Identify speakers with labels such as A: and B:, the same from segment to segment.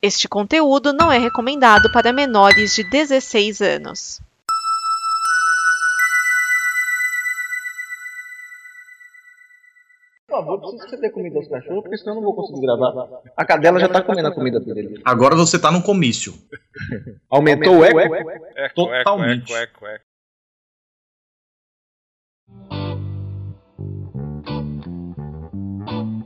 A: Este conteúdo não é recomendado para menores de 16 anos.
B: Por favor, preciso que você dê comida aos cachorros, porque senão eu não vou conseguir gravar. A cadela já tá comendo a comida dele.
C: Agora você tá num comício.
B: Aumentou o eco?
D: Eco, eco,
C: Totalmente.
D: eco, eco, eco.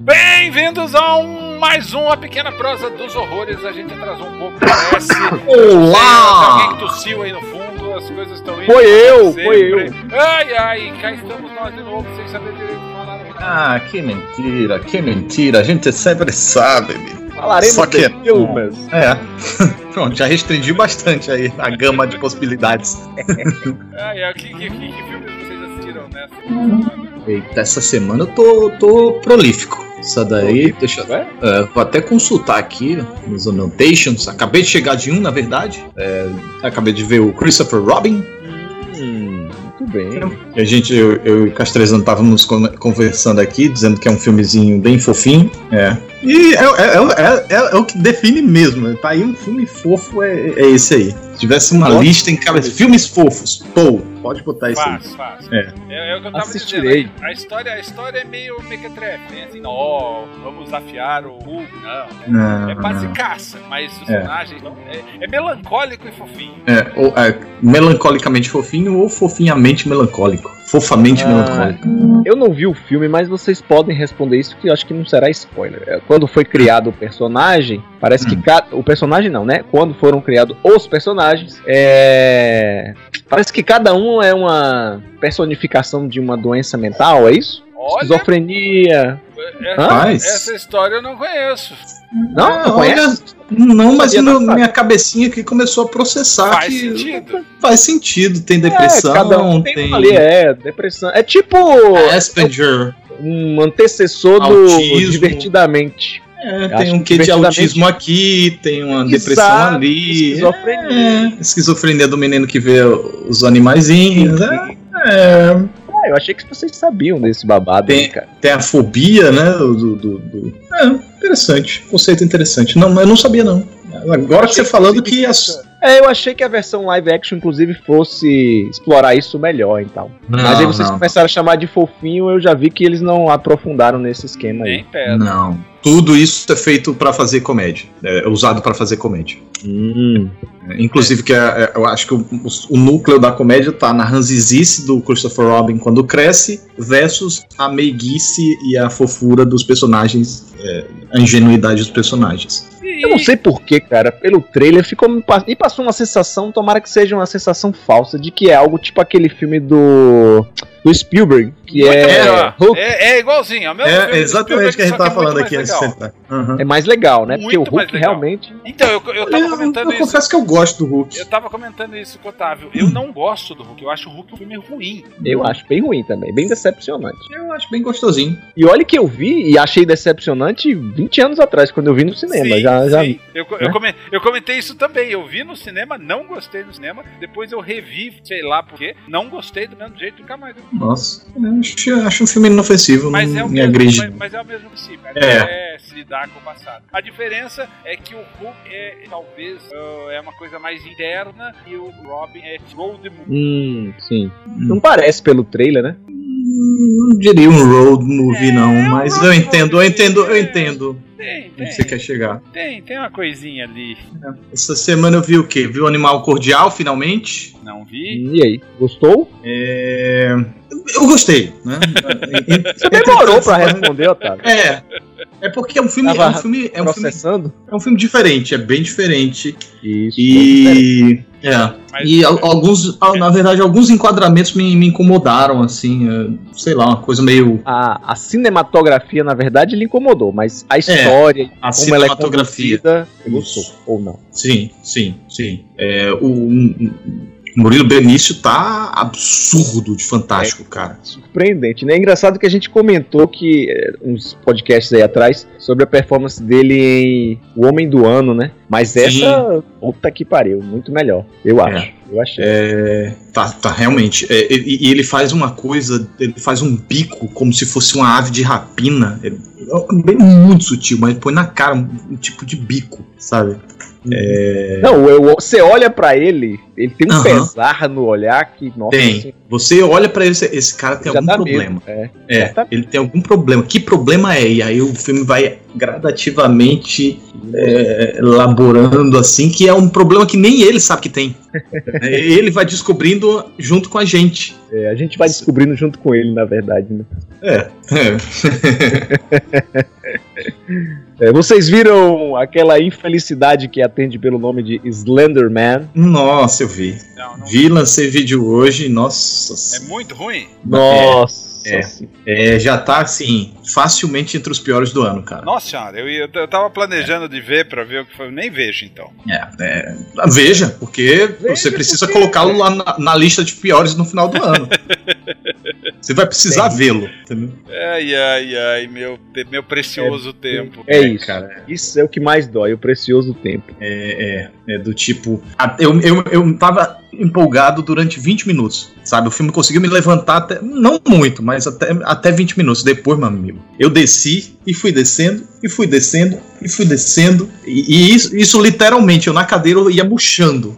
D: Bem-vindos a um, mais um A Pequena Prosa dos Horrores. A gente atrasou um pouco, parece. Tem Alguém que tossiu aí no fundo, as coisas estão indo.
B: Ah! Foi eu,
D: sempre.
B: foi eu.
D: Ai, ai, cá estamos nós de novo, sem saber direito falar.
C: Ah, que mentira, que mentira. A gente sempre sabe. bicho.
B: Falaremos
C: Só que-
B: de filmes.
C: É. Pronto, já restringi bastante aí a gama de possibilidades.
D: Ai, ai, que, que, que, que filmes vocês assistiram nessa?
C: Eita, essa semana eu tô, tô prolífico. Essa daí, deixa eu.
B: Ué?
C: é, vou até consultar aqui nos annotations. Acabei de chegar de um, na verdade. É, acabei de ver o Christopher Robin.
B: Hum, muito bem.
C: E a gente, eu, eu e o Castrezano estávamos con- conversando aqui, dizendo que é um filmezinho bem fofinho. É. E é, é- é- é- é o que define mesmo. né? Tá aí um filme fofo, é, é esse aí. Se tivesse uma
B: Ótimo.
C: lista em cabeça. Filmes fofos. Pô, pode botar esse aí.
D: Faz, faz.
C: É.
D: É, é o que eu tava
B: Assistirei.
D: dizendo. né? A história, a história é meio mequetrefe, né? Assim, ó, vamos desafiar o Hulk. Não.
C: Não,
D: É quase caça, mas os
C: É.
D: personagens não. É, é melancólico e fofinho.
C: É, ou, é, melancolicamente fofinho ou fofinhamente melancólico. Fofamente
B: Ah.
C: melancólico.
B: Eu não vi o filme, mas vocês podem responder isso que eu acho que não será spoiler. É, Quando foi criado o personagem, parece que
C: Hum.
B: cada. O personagem não, né? Quando foram criados os personagens, é. Parece que cada um é uma personificação de uma doença mental, é isso?
D: Olha,
B: Esquizofrenia.
D: essa,
C: Rapaz.
D: essa história eu não conheço.
B: Não,
C: Ah,
B: não conhece?
C: não, mas
B: Sabia
C: meu-
B: nada.
C: minha cabecinha aqui começou a processar
D: Faz
C: que
D: sentido.
C: faz sentido. Tem
B: É,
C: depressão,
B: cada um tem,
C: tem,
B: um ali, é, depressão. É tipo
C: Asperger.
B: um antecessor
C: Autismo.
B: do Divertidamente.
C: É,
B: Eu
C: tem
B: acho
C: um
B: que
C: quê de
B: divertidamente-
C: autismo aqui, tem uma
B: Exato,
C: depressão ali.
B: esquizofrenia.
C: É, esquizofrenia do menino que vê os animaizinhos. né? É,
B: Ah, eu achei que vocês sabiam desse babado,
C: Tem-
B: hein, cara.
C: tem a fobia, né? Do, do- do- É, interessante. Conceito interessante. Não, mas eu não sabia, não. Agora que você falando que. as-
B: É, eu achei que a versão live action, inclusive, fosse explorar isso melhor, então. Mas aí vocês
C: não,
B: começaram a chamar de fofinho, eu já vi que eles não aprofundaram nesse esquema aí.
D: Nem pedra.
C: não. Tudo isso é feito pra fazer comédia. É usado pra fazer comédia.
B: Hum.
C: Inclusive, que é- é- eu acho que o, o núcleo da comédia tá na ranzizice do Christopher Robin quando cresce, versus a meiguice e a fofura dos personagens, é, a ingenuidade dos personagens.
B: Eu não sei porquê, cara. Pelo trailer ficou. me pa- Me passou uma sensação, tomara que seja uma sensação falsa, de que é algo tipo aquele filme do. do Spielberg, que é.
D: melhor.
B: Hulk.
D: É, é igualzinho, é o mesmo filme
C: É,
D: do
C: exatamente o que a
D: Spielberg, só
C: gente tava
D: é muito
C: falando aqui
D: mais
C: antes de
D: legal.
C: sentar. Uhum.
B: É mais legal, né? Porque o
D: Muito mais
B: Hulk
D: legal.
B: realmente.
D: Então, eu, eu tava comentando
C: Eu, eu
D: isso.
C: confesso que eu gosto do Hulk.
D: Eu tava comentando isso com o Otávio. Eu não gosto do Hulk, eu acho o Hulk um filme ruim.
B: Eu acho bem ruim também, bem decepcionante.
C: Eu acho bem gostosinho.
B: E olha que eu vi e achei decepcionante 20 anos atrás, quando eu vi no cinema.
D: Sim,
B: já, já
D: sim. Eu, co- eu,
B: né?
D: come- eu comentei isso também. Eu vi no cinema, não gostei no cinema. Depois eu revi, sei lá por quê. Não gostei do mesmo jeito, nunca mais.
C: Nossa. Eu acho, acho um filme inofensivo,
D: Mas é
C: não
D: o
C: me
D: mesmo,
C: agride.
D: mas, mas é o mesmo princípio. A
C: É.
D: gente é se lidar com o passado. A diferença é que o Hulk é, talvez, ah, é uma coisa mais interna e o Robin é road movie.
B: Hum, sim. Não parece pelo trailer, né?
C: Hum, Não diria um road movie,
D: É,
C: não,
D: é um
C: mas
D: road
C: eu entendo, eu
D: movie.
C: entendo, eu entendo
D: Tem,
C: onde você
D: tem,
C: quer chegar.
D: tem, tem uma coisinha ali.
C: Essa semana eu vi o quê? Vi o Animal Cordial, finalmente.
D: Não vi.
B: E aí, gostou?
C: É, Eu gostei. Né?
B: Você tá demorou pra responder, Otávio.
C: É. É porque é um filme. É um
B: Tava
C: filme, é um filme,
B: Processando?
C: é um filme diferente, é bem diferente.
B: Isso.
C: E. É.
D: Mas,
C: E al- alguns. al- Na verdade, alguns enquadramentos me, me incomodaram, assim. é, Sei lá, uma coisa meio.
B: A, a cinematografia, na verdade, lhe incomodou, mas a história, e
C: É, A
B: como ela é
C: cinematografia.
B: conduzida,
C: Isso.
B: gostou ou não.
C: Sim, sim, sim. É, o, um- Murilo Benício tá absurdo de fantástico, cara.
B: Surpreendente, né? Engraçado que a gente comentou que eh, uns podcasts aí atrás sobre a performance dele em O Homem do Ano, né? Mas
C: Sim.
B: essa, puta que pariu, muito melhor, eu acho. Eu achei.
C: É, tá, tá, realmente. É, e, e ele faz uma coisa, ele faz um bico como se fosse uma ave de rapina. Ele, é bem muito sutil, mas põe na cara um, um tipo de bico, sabe? É,
B: Não, eu- você olha pra ele, ele tem um
C: Aham.
B: pesar no olhar que, nossa,
C: tem.
B: assim,
C: Você olha pra ele, esse, esse cara tem
B: já
C: algum
B: dá
C: problema.
B: medo. É.
C: É,
B: Exatamente.
C: ele tem algum problema. Que problema é? E aí o filme vai gradativamente é, elaborando assim, que é um problema que nem ele sabe que tem. É, ele vai descobrindo junto com a gente.
B: É, a gente vai descobrindo junto com ele, na verdade, né?
C: É.
B: É, vocês viram aquela infelicidade que atende pelo nome de Slenderman?
C: Nossa, eu vi.
D: Não, não-
C: Vi, lancei vídeo hoje, nossa.
D: É muito ruim.
B: Nossa!
C: é.
B: senhora.
C: É, já tá assim, facilmente entre os piores do ano, cara.
D: Nossa senhora, eu, ia- eu tava planejando de ver pra ver o que foi. Eu nem vejo então.
C: É, é, veja, porque você precisa colocá-lo lá na, na lista de piores no final do ano. você vai precisar vê-lo. entendeu?
D: Ai, ai, ai, meu, te- meu precioso tempo.
B: É isso.
C: cara.
B: Isso é o que mais dói, o precioso tempo.
C: É, é, é do tipo. a- Eu, eu, eu tava empolgado durante 20 minutos, sabe? O filme conseguiu me levantar até. Não muito, mas até, até 20 minutos. Depois, meu amigo, eu desci e fui descendo, e fui descendo, e fui descendo. E, e isso, isso literalmente, eu na cadeira eu ia murchando.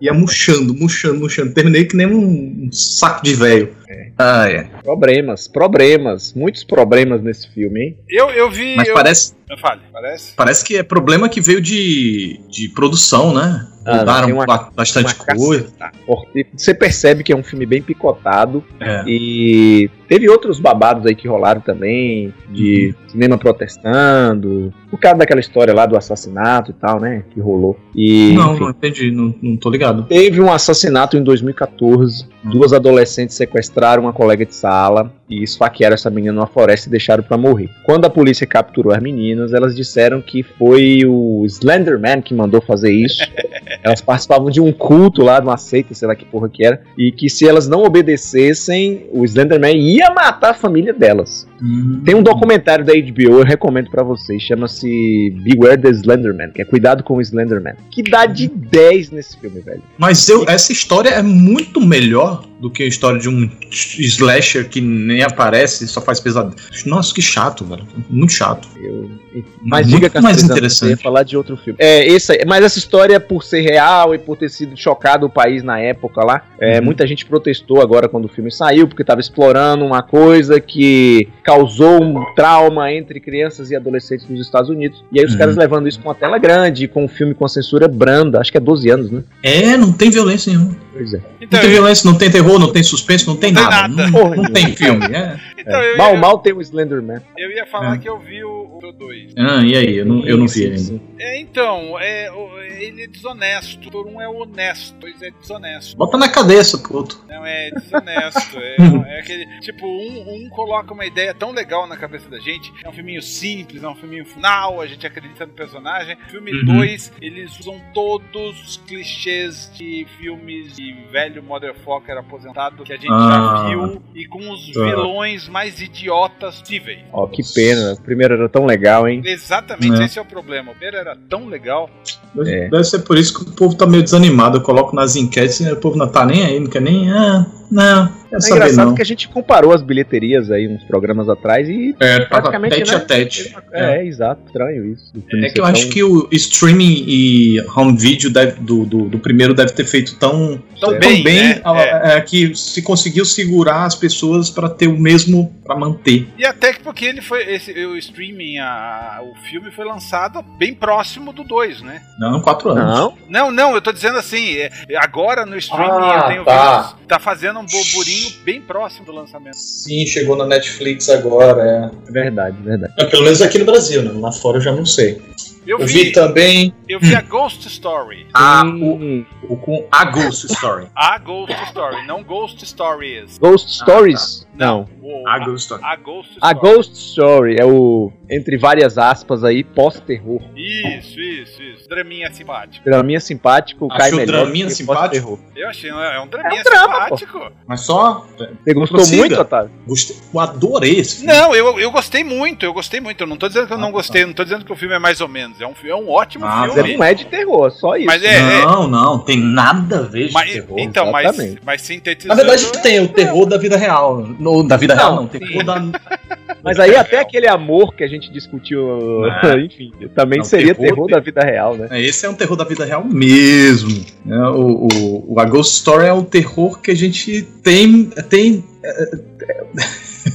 C: Ia murchando, murchando, murchando. Terminei que nem um, um saco de velho. Ah, é.
B: Problemas, problemas, muitos problemas nesse filme, hein?
D: Eu, eu vi.
C: Mas
D: eu... Ah,
C: parece,
D: Fale, parece?
C: parece que é problema que veio de, de produção, né?
B: Ah,
C: Mudaram
B: tem uma-
C: ba- bastante
B: Uma
C: coisa.
B: caceta. Por- e Você percebe que é um filme bem picotado
C: É.
B: e teve outros babados aí que rolaram também, de cinema protestando, por causa daquela história lá do assassinato e tal, né? Que rolou. E,
C: Não,
B: enfim.
C: não entendi, não, não tô ligado.
B: Teve um assassinato em 2014. Duas adolescentes sequestraram uma colega de sala e esfaquearam essa menina numa floresta e deixaram pra morrer. Quando a polícia capturou as meninas, elas disseram que foi o Slenderman que mandou fazer isso. elas participavam de um culto lá, de uma seita, sei lá que porra que era, e que se elas não obedecessem, o Slenderman ia matar a família delas.
C: Hum.
B: Tem um documentário da HBO, eu recomendo pra vocês, chama-se Beware the Slenderman, que é Cuidado com o Slenderman, que dá de 10 nesse filme, velho.
C: Mas eu- essa história é muito melhor do que a história de um slasher que nem aparece, só faz pesadelo. Nossa, que chato, velho. Muito chato.
B: Eu- Mas
C: muito
B: diga que
C: mais interessante.
B: falar de outro filme. É, esse, mas essa história, é por ser real e por ter sido chocado o país na época lá, é,
C: Uhum.
B: muita gente protestou agora quando o filme saiu, porque estava explorando uma coisa que causou um trauma entre crianças e adolescentes nos Estados Unidos. E aí os
C: Uhum.
B: caras levando isso com uma tela grande, com um filme com censura branda, acho que é 12 anos, né?
C: É, não tem violência nenhuma.
B: Pois é.
C: Não
D: Então,
C: tem violência, não tem terror, não tem suspense, não tem
D: Não tem
C: nada.
D: nada.
C: Não,
B: Porra
C: não
B: nenhuma.
C: tem filme. É.
D: então eu,
B: Mal,
D: ia,
B: mal tem o Slenderman.
D: eu ia falar
C: É.
D: que eu vi o, o 2.
C: Ah, e aí? Eu não, eu não vi
B: Sim,
C: ainda.
B: sim.
D: É, então, é, o- ele é desonesto. Por um é honesto, dois é desonesto.
C: Bota na cabeça, puto.
D: Não, é desonesto. é, é aquele. Tipo, um, um coloca uma ideia tão legal na cabeça da gente. É um filminho simples, é um filminho final, a gente acredita no personagem. Filme
C: Uhum.
D: 2, eles usam todos os clichês de filmes de velho motherfucker aposentado que a gente
C: Ah.
D: já viu e com os
C: Tá.
D: vilões mais idiotas possíveis.
B: Ó, que pena. O primeiro era tão legal, hein?
D: Exatamente,
C: É.
D: esse é o problema. O primeiro era tão legal.
B: É.
C: Deve ser por isso que o povo tá meio desanimado. Eu coloco nas enquetes e o povo não tá nem aí, não quer nem. Ah, não, quer
B: É
C: saber
B: engraçado
C: não.
B: que a gente comparou as bilheterias aí uns programas atrás e.
C: É, tava
B: praticamente,
C: tete
B: né?
C: a tete.
B: É, exato, estranho isso.
C: Né? É que eu acho que o streaming e home video deve- do, do, do primeiro deve ter feito tão, tão tão bem,
D: bem, né?
C: a- é, que se conseguiu segurar as pessoas pra ter o mesmo pra manter.
D: E até que porque ele foi. Esse, o streaming, a- o filme foi lançado bem próximo do 2, né?
C: Não, quatro anos.
B: Não,
D: Não, não, eu tô dizendo assim, é- é agora no streaming
C: Ah,
D: eu tenho
C: tá.
D: visto. Tá fazendo um burburinho bem próximo do lançamento.
C: Sim, chegou na Netflix agora.
B: É verdade, verdade.
C: É. Pelo menos aqui no Brasil, né? Lá fora eu já não sei.
D: Eu
C: Eu
D: vi,
C: vi também
D: eu vi a Ghost Story.
C: a, Ah, o,
B: Hum,
C: o com a Ghost Story.
D: A Ghost Story, não Ghost Stories.
B: Ghost
C: Ah, tá.
B: Stories? Não.
D: O-
C: A Ghost Story.
D: a Ghost
B: A
D: Story.
B: Ghost Story é o, entre várias aspas aí, pós-terror.
D: Isso, isso, isso. Draminha simpático.
B: Draminha simpático
C: Achou
B: cai melhor.
C: draminha
B: do que
C: simpático?
B: pós-terror.
D: Eu achei, é um draminha
B: drama, pô.
D: simpático.
C: Mas só.
B: Você gostou
C: Prossiga.
B: muito, Otávio?
C: Gostei, eu adorei esse filme.
D: Não, eu, eu gostei muito, eu gostei muito. Eu não tô dizendo que eu não gostei, eu não tô dizendo que o filme é mais ou menos. É um, fi- é um ótimo
C: Ah,
B: Mas
D: filme.
B: não é de terror, só isso.
D: Mas é, é.
C: não, não, tem nada a ver de
D: Mas,
C: terror.
D: então, mas,
B: exatamente.
D: mas sintetizando.
C: Na verdade, tem o terror da vida real. No, da vida real, não. Terror da.
B: Mas aí até aquele amor que a gente discutiu,
C: Ah.
B: enfim, também
C: Não,
B: seria
C: terror,
B: terror, da vida real, né?
C: É, Esse é um terror da vida real mesmo. né? O, o, o A Ghost Story é um terror que a gente tem. tem é,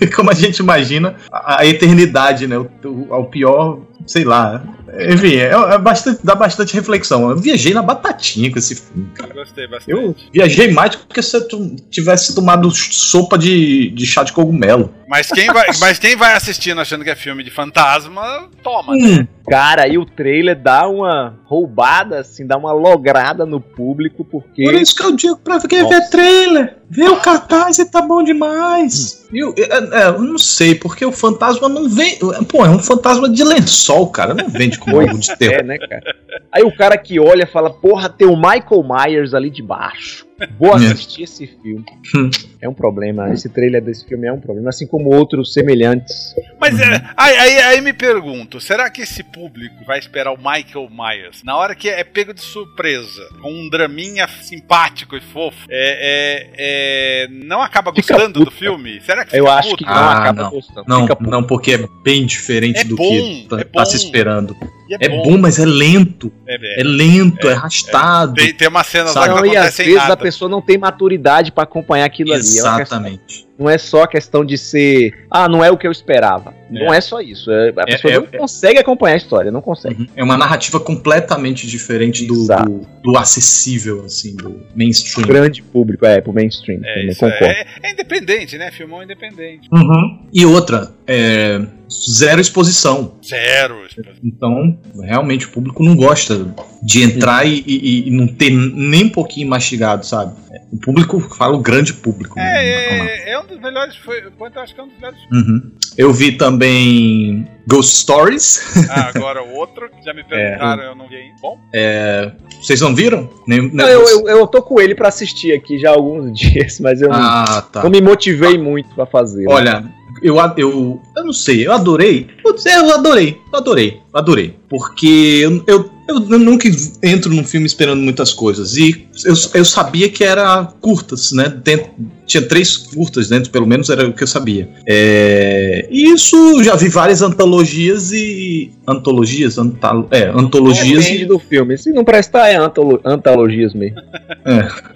C: é, como a gente imagina a, a eternidade, né? O, o, ao pior, sei lá. Enfim, é, é bastante, dá bastante reflexão. Eu viajei na batatinha com esse filme.
D: Eu gostei bastante.
C: Eu viajei mais do que se eu tu- tivesse tomado sopa de, de chá de cogumelo.
D: Mas, quem vai, mas quem vai assistindo achando que é filme de fantasma, toma. né?
C: Hum,
B: Cara, aí o trailer dá uma roubada, assim, dá uma lograda no público, porque.
C: Por isso que eu digo pra quem
B: Nossa.
C: vê trailer, vê o cartaz e tá bom demais. E Eu, é, é, eu não sei, porque o fantasma não vem. Pô, é um fantasma de lençol, cara. Não vende como algo de terror.
B: É, né, cara? Aí o cara que olha fala, porra, tem o Michael Myers ali de baixo. Vou
C: É.
B: assistir esse filme.
C: Hum.
B: É um problema. Esse trailer desse filme é um problema, assim como outros semelhantes.
D: Mas é, aí, aí, aí me pergunto, será que esse público vai esperar o Michael Myers na hora que é pego de surpresa, com um draminha simpático e fofo, é, é, é, não acaba
B: Fica
D: gostando do
B: puto.
D: filme? Será que
B: Eu
D: fica
B: acho
D: puto?
B: que não
C: Ah,
B: acaba
C: não.
B: gostando.
C: Não,
B: Fica puto.
C: não, porque é bem diferente
D: É
C: do
D: bom,
C: que tá,
D: é
C: tá se
D: bom.
C: esperando.
D: E
C: É bom, mas é lento.
D: é- é.
C: É lento, é, arrastado.
D: Tem, tem umas cenas lá
C: Sabe,
D: que não
B: Não, e às
D: acontecem
B: vezes a
D: nada.
B: pessoa não tem maturidade pra acompanhar aquilo ali. É uma questão-
C: Exatamente.
B: Não é só questão de ser, ah, não é o que eu esperava. Não é só isso. é- a
C: É-
B: pessoa
C: é-
B: não consegue acompanhar a história, não consegue.
C: Uhum. É uma narrativa completamente diferente do,
B: Exato.
C: do, do acessível, assim, do mainstream.
B: Grande público, é, pro mainstream.
D: É,
B: também,
D: isso
B: concordo.
D: é, é independente, né? Filmão independente.
C: Uhum. E outra, é, zero exposição.
D: Zero.
C: Então, realmente o público não gosta de entrar e, e- e não ter nem um pouquinho mastigado, sabe? O público, fala o grande público. né?
D: É, é, é um dos melhores. Foi, quanto eu acho que é um dos melhores.
C: Uhum. Eu vi também Ghost Stories.
D: Ah, agora o outro, que já me perguntaram, eu não vi ainda. Bom,
C: Vocês não viram? Nem, nem
B: Não, Ah, eu,
C: você.
B: eu, eu tô com ele pra assistir aqui já há alguns dias, mas eu não-
C: Ah, tá.
B: não me motivei muito pra fazer. né?
C: Olha, eu, a- eu, eu não sei, eu adorei. Vou dizer, eu adorei, eu adorei, eu adorei. Porque eu, eu, eu nunca entro num filme esperando muitas coisas. E eu, eu sabia que era curtas, né? Dentro, tinha três curtas dentro, pelo menos era o que eu sabia. É, e isso, eu já vi várias antologias e. Antologias? Antal, é, antologias.
B: Depende do filme. Se não prestar, é antolo antologismo. aí.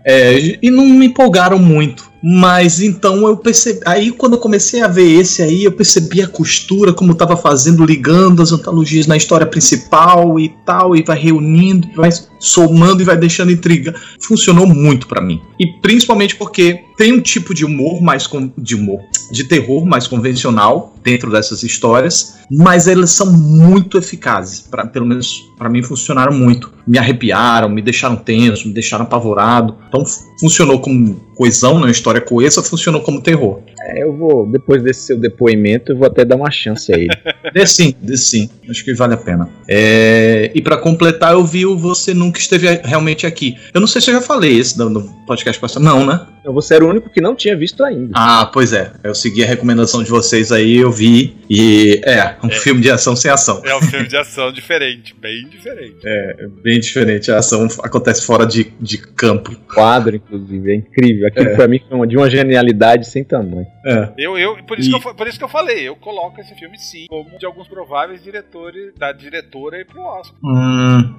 C: É, e não me empolgaram muito. Mas então eu percebi. Aí quando eu comecei a ver esse aí, eu percebi a costura, como tava fazendo, ligando as antologias na história principal e tal, e vai reunindo, vai somando e vai deixando intriga. Funcionou muito pra mim. E principalmente porque tem um tipo de humor mais. con- de humor. de terror mais convencional dentro dessas histórias, mas elas são muito eficazes. Pra, pelo menos pra mim funcionaram muito. Me arrepiaram, me deixaram tenso, me deixaram apavorado. Então f- funcionou como coesão, né? história coesa, funcionou como terror.
B: É, eu vou, depois desse seu depoimento, eu vou até dar uma chance a ele.
C: Dê sim, dê sim. Acho que vale a pena. É, e pra completar, eu vi o Você Nunca Esteve Realmente Aqui. Eu não sei se eu já falei esse no no podcast passado. Não, né?
B: então você era o único que não tinha visto ainda.
C: Ah, pois é. Eu segui a recomendação de vocês aí, eu vi. E é, um
D: É.
C: filme de ação sem ação.
D: é um filme de ação diferente, bem diferente.
C: É bem diferente. A ação acontece fora de, de campo.
B: O quadro, inclusive, é incrível. Aquilo
C: É.
B: pra mim foi uma- de uma genialidade sem tamanho.
C: É.
D: Eu, eu, por, isso que
C: E-
D: eu, fa- por isso que eu falei, eu coloco esse filme sim, como de alguns prováveis diretores, da diretora e pro Oscar.
C: Hum,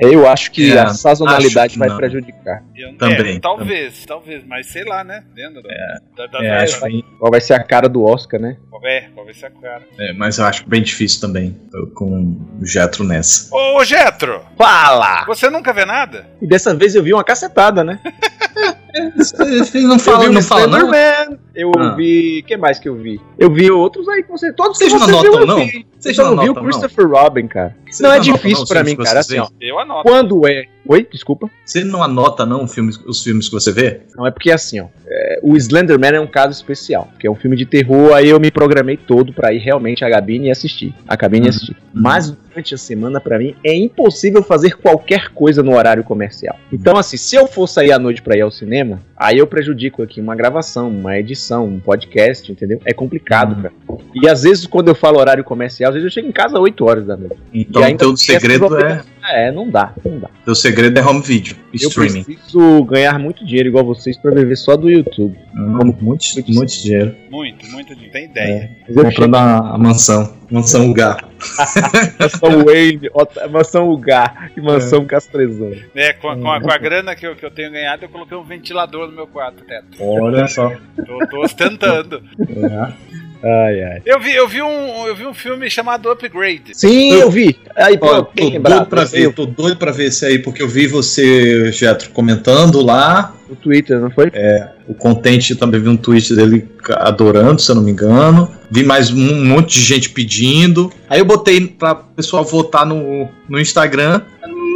B: Eu acho que
C: É,
B: a sazonalidade
C: acho que
B: vai
C: não.
B: prejudicar.
D: Eu-
C: Também,
D: é, talvez, talvez, mas sei lá, né? Dentro da, da, das
C: é, acho bem-
B: Qual vai ser a cara do Oscar, né?
D: É, talvez seja a cara.
C: é, mas eu acho bem difícil também eu com o Jetro nessa.
D: Ô, ô Getro,
B: Fala!
D: você nunca vê nada?
B: E dessa vez eu vi uma cacetada, né?
C: Ele não
B: Eu vi
C: fala,
B: o
C: não fala, não.
B: Slenderman, eu
C: Ah.
B: vi. O que mais que eu vi? Eu vi outros aí, com certeza. Todos que
C: Vocês não
B: você viu,
C: anotam,
B: eu
C: não?
B: vi.
C: Vocês
B: Só
C: não
B: não vi o
C: anotam, não?
B: Christopher Robin, cara.
C: Vocês
B: Não é
C: anotam,
B: difícil
C: os
B: pra
C: filmes
B: mim,
C: que
B: cara,
C: vocês
B: assim, ó.
C: veem?
D: Eu anoto.
B: Quando é. Oi, desculpa.
C: Você não anota, não, os filmes, os filmes que você vê?
B: Não, é porque assim, ó. é, o Slenderman é um caso especial, porque é um filme de terror, aí eu me programei todo pra ir realmente à cabine e assistir. A cabine e
C: Uhum.
B: assistir. Mas durante a semana, pra mim, é impossível fazer qualquer coisa no horário comercial. Então, assim, se eu for sair à noite pra ir ao cinema, aí eu prejudico aqui uma gravação, uma edição, um podcast, entendeu? É complicado,
C: Uhum.
B: cara. E às vezes, quando eu falo horário comercial, às vezes eu chego em casa às 8 horas da noite.
C: Então,
B: e ainda
C: teu
B: tem essas
C: segredo é,
B: obrigações. É, não dá, não dá.
C: teu segredo é home video, streaming.
B: Eu preciso ganhar muito dinheiro igual vocês pra viver só do YouTube.
C: Hum, muito, muito dinheiro.
D: Muito, muito. Não tem ideia.
B: Mas eu chego
C: Comprando a, a mansão. Mansão lugar.
B: Mansão Wayne, Ota- Mansão Ugar
C: É.
B: e Mansão Castrezão.
D: Né, com, a, com, a, com
C: Hum.
D: a grana que eu, que eu tenho ganhado, eu coloquei um ventilador no meu quarto, teto.
C: Olha só.
D: Tô, tô ostentando.
B: Ai, ai.
D: Eu vi, eu, vi um, eu vi um filme chamado Upgrade.
B: Sim, eu, vi. Aí,
C: Ó,
B: pronto,
C: tô
B: bem lembrado.
C: doido pra
B: Eu vi
C: ver, tô doido pra ver esse aí, porque eu vi você, Getro, comentando lá.
B: No Twitter, não
C: É.
B: foi?
C: O Contente também vi um tweet dele ca- adorando, se eu não me engano. Vi mais um monte de gente pedindo. Aí eu botei pra pessoal votar no, no Instagram.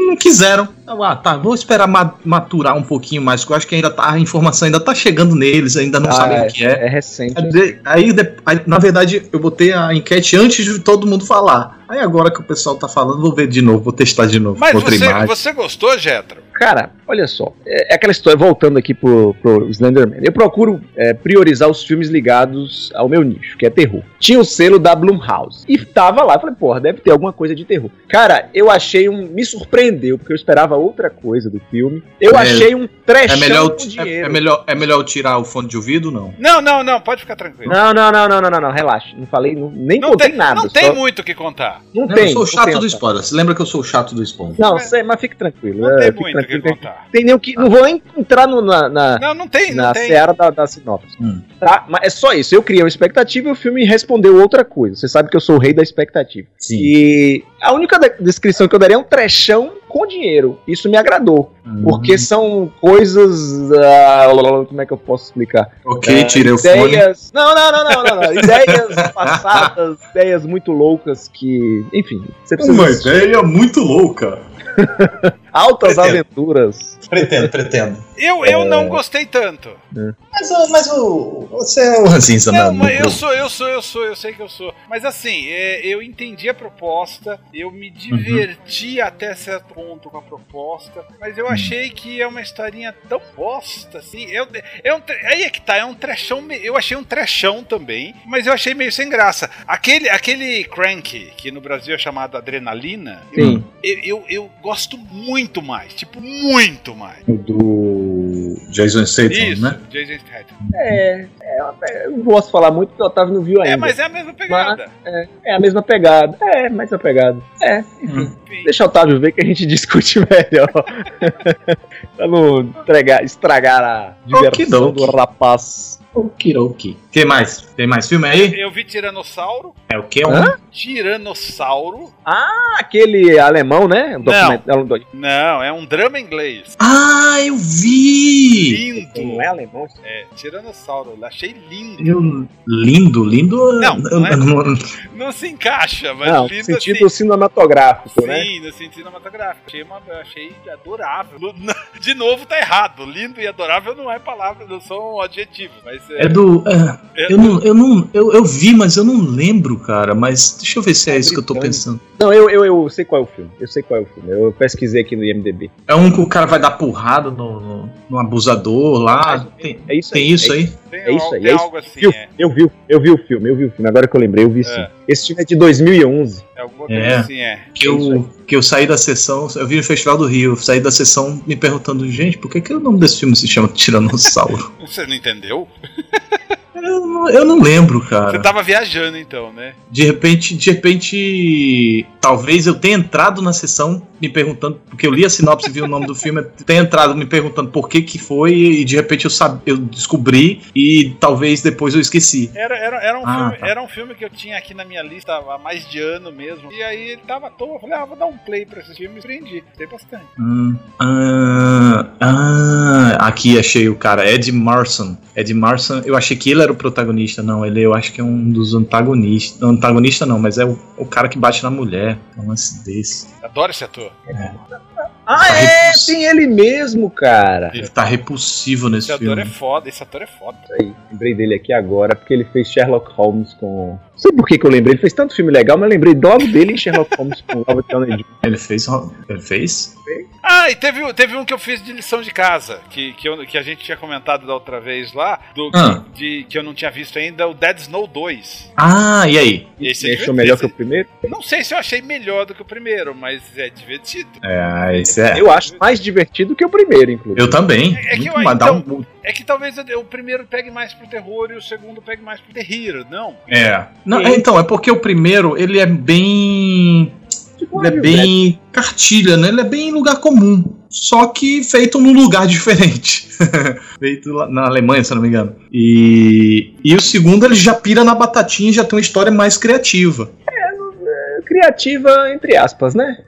C: Não quiseram. Eu, ah, tá, vou esperar ma- maturar um pouquinho mais, que eu acho que ainda tá, a informação ainda tá chegando neles, ainda não
B: Ah,
C: sabem o que é.
B: É recente.
C: Aí, de- aí, de- aí, na verdade, eu botei a enquete antes de todo mundo falar. Aí agora que o pessoal tá falando, vou ver de novo, vou testar de novo.
D: Mas
C: outra
D: você,
C: imagem.
D: você gostou, Jetro?
B: Cara, olha só. É é aquela história, voltando aqui pro, pro Slenderman. Eu procuro é, priorizar os filmes ligados ao meu nicho, que é terror. Tinha o selo da Blumhouse. E tava lá, eu falei, porra, deve ter alguma coisa de terror. Cara, eu achei um. Me surpreendeu, porque eu esperava outra coisa do filme. Eu
C: É.
B: achei um
C: É
B: trechão
C: melhor,
B: com
C: eu- é,
B: dinheiro.
C: é melhor, é melhor eu tirar o fone de ouvido não?
D: Não, não, não, pode ficar tranquilo.
B: Não, não, não, não, não, não, não, relaxa. Não falei, não- nem
D: Não,
B: contei
D: tem,
B: nada.
D: não
B: só-
D: tem muito o que contar.
B: não
C: Não,
B: tem.
C: eu sou o
B: não
C: chato
B: tem,
C: do
B: não.
C: spoiler. Você lembra que eu sou o chato do spoiler?
B: Não, sei, mas fique tranquilo.
D: Não
B: é,
D: tem
B: fique
D: muito o que
B: tranquilo, tem-
D: contar.
B: Tem nem o que. Não vou nem entrar no- na- na,
D: Não, não tem, não
B: na
D: tem.
B: seara da, da sinopse.
C: Hum.
B: Tá? Mas é só isso. Eu criei uma expectativa e o filme respondeu outra coisa. Você sabe que eu sou o rei da expectativa.
C: Sim.
B: E a única de- descrição que eu daria é um trechão com dinheiro. Isso me agradou.
C: Hum. Uhum.
B: Porque são coisas. ah, como é que eu posso explicar?
C: Ok, tirei o fone.
B: ideias. Não, não, não, não, não, não. ideias passadas, ideias muito loucas que. Enfim, você precisa. assistir.
C: ideia muito louca.
B: Altas
C: Pretendo.
B: aventuras.
C: Pretendo, pretendo.
D: Eu, eu
B: É.
D: não gostei tanto.
C: Mas, o- mas o. Você é o Ranzinza,
D: Não,
C: né,
D: mas
C: no-
D: eu sou, eu sou, eu sou, eu sei que eu sou. Mas assim, é, eu entendi a proposta, eu me diverti até certo ponto com a proposta, mas eu achei que é uma historinha tão bosta, assim. Eu, é um tre- aí é que tá, é um trechão. me- Eu achei um trechão também, mas eu achei meio sem graça. Aquele, aquele crank, que no Brasil é chamado adrenalina, eu,
B: Sim.
D: eu, eu- eu gosto muito mais. Tipo, muito mais.
C: Do. Jason Statham,
D: Isso,
C: né?
D: Jason Statham.
B: É, é, eu não posso falar muito porque o Otávio não viu ainda.
D: É, mas é a mesma pegada.
B: É a mesma pegada. É, mais a pegada. É,
D: Enfim.
B: deixa o Otávio ver que a gente discute melhor. pra não entregar, estragar a diversão
C: Okidoki.
B: do rapaz.
C: Okiroki. Tem mais? Tem mais filme aí?
D: Eu vi Tiranossauro.
C: É o que?
B: Hã?
D: Tiranossauro?
B: Ah, aquele alemão, né? Um documento- é um do-
D: Não, é um drama inglês.
C: Ah, eu vi!
D: Lindo.
B: Não é alemão?
D: É, Tiranossauro. eu Achei lindo.
C: Eu- Lindo, lindo.
D: Não, não é.
C: eu- eu-
D: Não se encaixa, mas
B: Não, no
D: lindo
B: sentido
D: assim.
B: cinematográfico, né?
D: Sim, no sentido cinematográfico. Achei, uma, achei adorável. De novo, tá errado. Lindo e adorável não é palavra, não são adjetivos. Mas é,
C: É do. é,
D: é-
C: eu não. Eu, não eu, eu vi, mas eu não lembro, cara. Mas deixa eu ver se é isso que eu tô pensando.
B: Não, eu, eu, eu sei qual é o filme. Eu sei qual é o filme. Eu pesquisei aqui no IMDB.
C: É um que o cara vai dar porrada no, no, no abusador lá. Tem,
B: É isso aí.
C: tem isso aí?
D: tem
B: é isso
D: al-
B: aí,
D: tem
B: é isso.
D: algo assim.
B: Eu,
D: É,
B: eu vi, eu vi o filme, eu vi o filme. Agora que eu lembrei, eu vi sim.
D: É.
B: Esse filme é de 2011.
D: é alguma coisa
C: É.
D: assim, é.
C: Que eu, que eu saí da sessão, eu vi no Festival do Rio, eu saí da sessão me perguntando, gente, por que, que o nome desse filme se chama Tiranossauro?
D: Você não entendeu?
C: eu, não- eu não lembro,
D: Você
C: cara.
D: tava viajando então, né?
C: De repente, de repente, talvez eu tenha entrado na sessão me perguntando, porque eu li a sinopse e vi o nome do filme, tenha entrado me perguntando por que que foi e de repente eu, sab... eu descobri e talvez depois eu esqueci.
D: Era, era, era, um
C: Ah,
D: filme,
C: tá.
D: era um filme que eu tinha aqui na minha lista há mais de ano mesmo. E aí ele tava à toa. Eu falei, ah, vou dar um play pra esse filme. Me surpreendi. Gostei bastante.
C: Hum, ah, ah, aqui achei o cara, Ed Marson. Ed Marson, eu achei que ele era o protagonista, não. Ele eu acho que é um dos antagonistas. Não, Antagonista não, mas é o, o cara que bate na mulher. É um lance desse.
D: Adoro esse ator.
B: Ah,
C: Tá
B: é?
C: repulso.
B: Tem ele mesmo, cara.
C: Ele tá repulsivo nesse
D: Esse ator
C: filme.
D: é foda, esse ator é foda.
B: Aí, lembrei dele aqui agora, porque ele fez Sherlock Holmes com. Não sei por que, que eu lembrei. Ele fez tanto filme legal, mas eu lembrei logo dele em Sherlock Holmes com Robert Downey Jr.
C: Ele fez. ro- Ele fez?
D: Ah, e teve, um- teve um que eu fiz de lição de casa, que, que, eu- que a gente tinha comentado da outra vez lá, do,
C: Ah.
D: de, que eu não tinha visto ainda, o Dead Snow 2.
C: Ah, e aí?
D: Esse
B: Você
D: é
B: achou melhor que
D: divertido.
B: o primeiro?
D: Não sei se eu achei melhor do que o primeiro, mas é divertido.
C: É, esse é. Eu,
B: Eu acho mais divertido que o primeiro, inclusive.
C: também.
D: É que
C: Muito
D: eu-
C: mais- dá
D: então-
C: um-
D: É que talvez eu- o primeiro pegue mais pro terror e o segundo pegue mais pro terrir, não?
C: É. Não,
B: Sim.
C: é, Então, é porque o primeiro, ele é bem.
B: Tipo,
C: Ele é bem cartilha, né? Ele é bem lugar comum. Só que feito num lugar diferente. feito lá na Alemanha, se eu não me engano. E, e o segundo, ele já pira na batatinha e já tem uma história mais criativa.
B: criativa, entre aspas, né?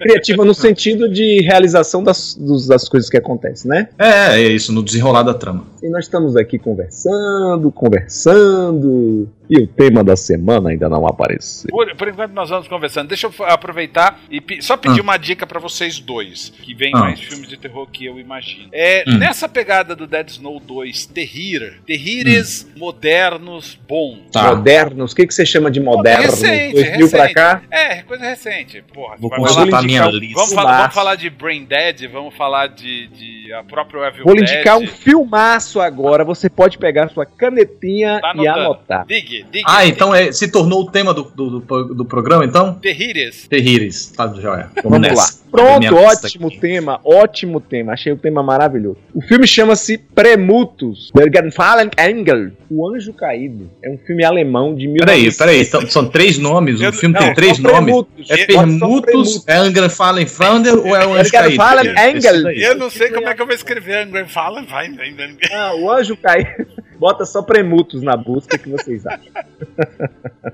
B: Criativa no sentido de realização das, dos- das coisas que acontecem, né?
C: É, é isso, no desenrolar da trama.
B: E nós estamos aqui conversando, conversando. E o tema da semana ainda não apareceu.
D: Por, por enquanto nós vamos conversando. Deixa eu f- aproveitar e pe- só
B: Ah.
D: pedir uma dica pra vocês dois, que vem
C: Ah.
D: mais filmes de terror que eu imagino. É,
C: Hum.
D: Nessa pegada do Dead Snow 2, terrir,
B: Hum.
D: terrires modernos bons.
C: Tá.
B: Modernos, o que, que você chama de moderno?
D: Recente,
B: 2000 pra
D: recente.
B: cá?
D: É, coisa recente. Porra,
C: Vou
D: vai
C: consultar
D: falar-
C: a minha
B: indicar um-
C: lista.
D: Vamos, falar, vamos
B: Filmaço.
D: falar de Brain Dead, vamos falar de, de a própria Evil
B: Vou lhe
D: Dead.
B: indicar um filmaço agora. Você pode pegar sua canetinha
D: Tá
B: e
D: anotando.
B: anotar.
D: Dig, dig.
C: Ah, então é, se tornou o tema do, do, do- do programa, então?
D: Terrires.
C: Terríveis. Tá, joia.
B: Vamos
C: nessa.
B: lá. Pronto,
C: Minha lista
B: ótimo
C: aqui.
B: tema, ótimo tema. Achei o tema maravilhoso. O filme chama-se Premutus, Bergenfallen Engel, O Anjo Caído. É um filme alemão de mil.
C: Peraí, peraí. Então, são três nomes?
D: Eu-
C: O filme
D: não,
C: tem três nomes? É
D: Eu-
C: Permutos, é Angrenfallen Frander ou é o Anjo Caído?
B: Bergenfallen
C: Esse
B: Engel.
C: daí.
D: Eu não sei como é que eu vou escrever Angry Fala, vai, vai, vai.
B: Ah, o anjo caído. Bota só Premutus na busca que vocês acham.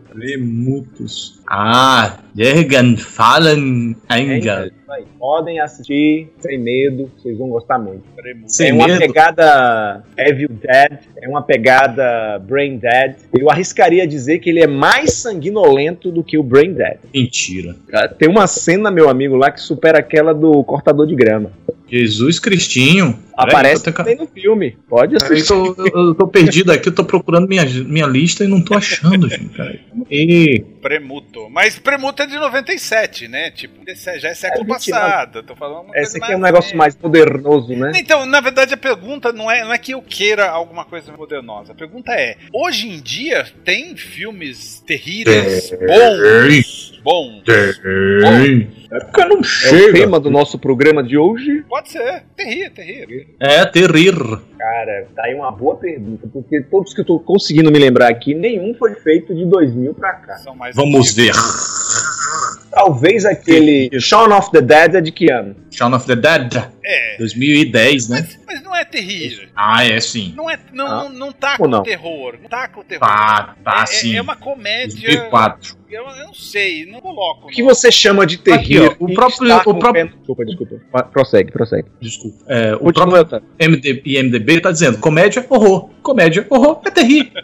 C: Premutus. Ah, Bergenfallen
B: É
C: Engel.
B: isso aí. Podem assistir sem medo, vocês vão gostar muito.
C: Sem
B: é uma
C: medo?
B: pegada Evil Dead, é uma pegada Brain Dead. Eu arriscaria dizer que ele é mais sanguinolento do que o Brain Dead.
C: Mentira.
B: Tem uma cena, meu amigo, lá que supera aquela do cortador de grama.
C: Jesus Cristinho. Peraí,
B: Aparece
C: É, eu tô-
B: tem no filme. Pode
C: Peraí
B: assistir.
C: que eu, eu- eu tô perdido aqui, eu tô procurando minha, minha lista e não tô achando, gente. Peraí. E
D: Premuto. Mas Premuto é de 97, né? Tipo, desse- já é século
B: É, 29.
D: passado. Tô falando uma
B: Esse
D: coisa
B: aqui é um negócio mais modernoso, né?
D: Então, na verdade, a pergunta não é, não é que eu queira alguma coisa modernosa. A pergunta é: hoje em dia tem filmes terríveis,
B: É.
D: É bons, bons?
C: É porque eu não
B: É o tema do nosso programa de hoje.
D: Pode ser. Terrível, terrível.
C: É, terrir.
B: Cara, tá aí uma boa pergunta, porque todos que eu tô conseguindo me lembrar aqui, nenhum foi feito de 2000 pra cá.
D: São mais
C: Vamos ver.
D: antigos.
B: Talvez aquele Shaun of the Dead é de que ano?
C: Shaun of the Dead,
D: É.
C: 2010, né?
D: Mas não é terrível.
C: Ah, é sim.
D: Não, é, não, não, não tá com
B: Ah. Ou não? Ah,
D: terror. Não tá com terror.
C: Tá, tá
D: é,
C: sim.
D: é uma comédia.
C: 2004.
D: Eu, eu não sei, não coloco.
B: O que
D: não.
B: você chama de terrível?
C: Aqui, ó, o
B: e
C: próprio-
B: está
C: o
B: com
C: próprio-
B: pé no- Desculpa, desculpa. Pa- Prossegue, prossegue.
C: Desculpa. É, o próprio
B: Continua, tá?
C: MD, IMDB tá dizendo comédia, horror. Comédia, horror, é terrível.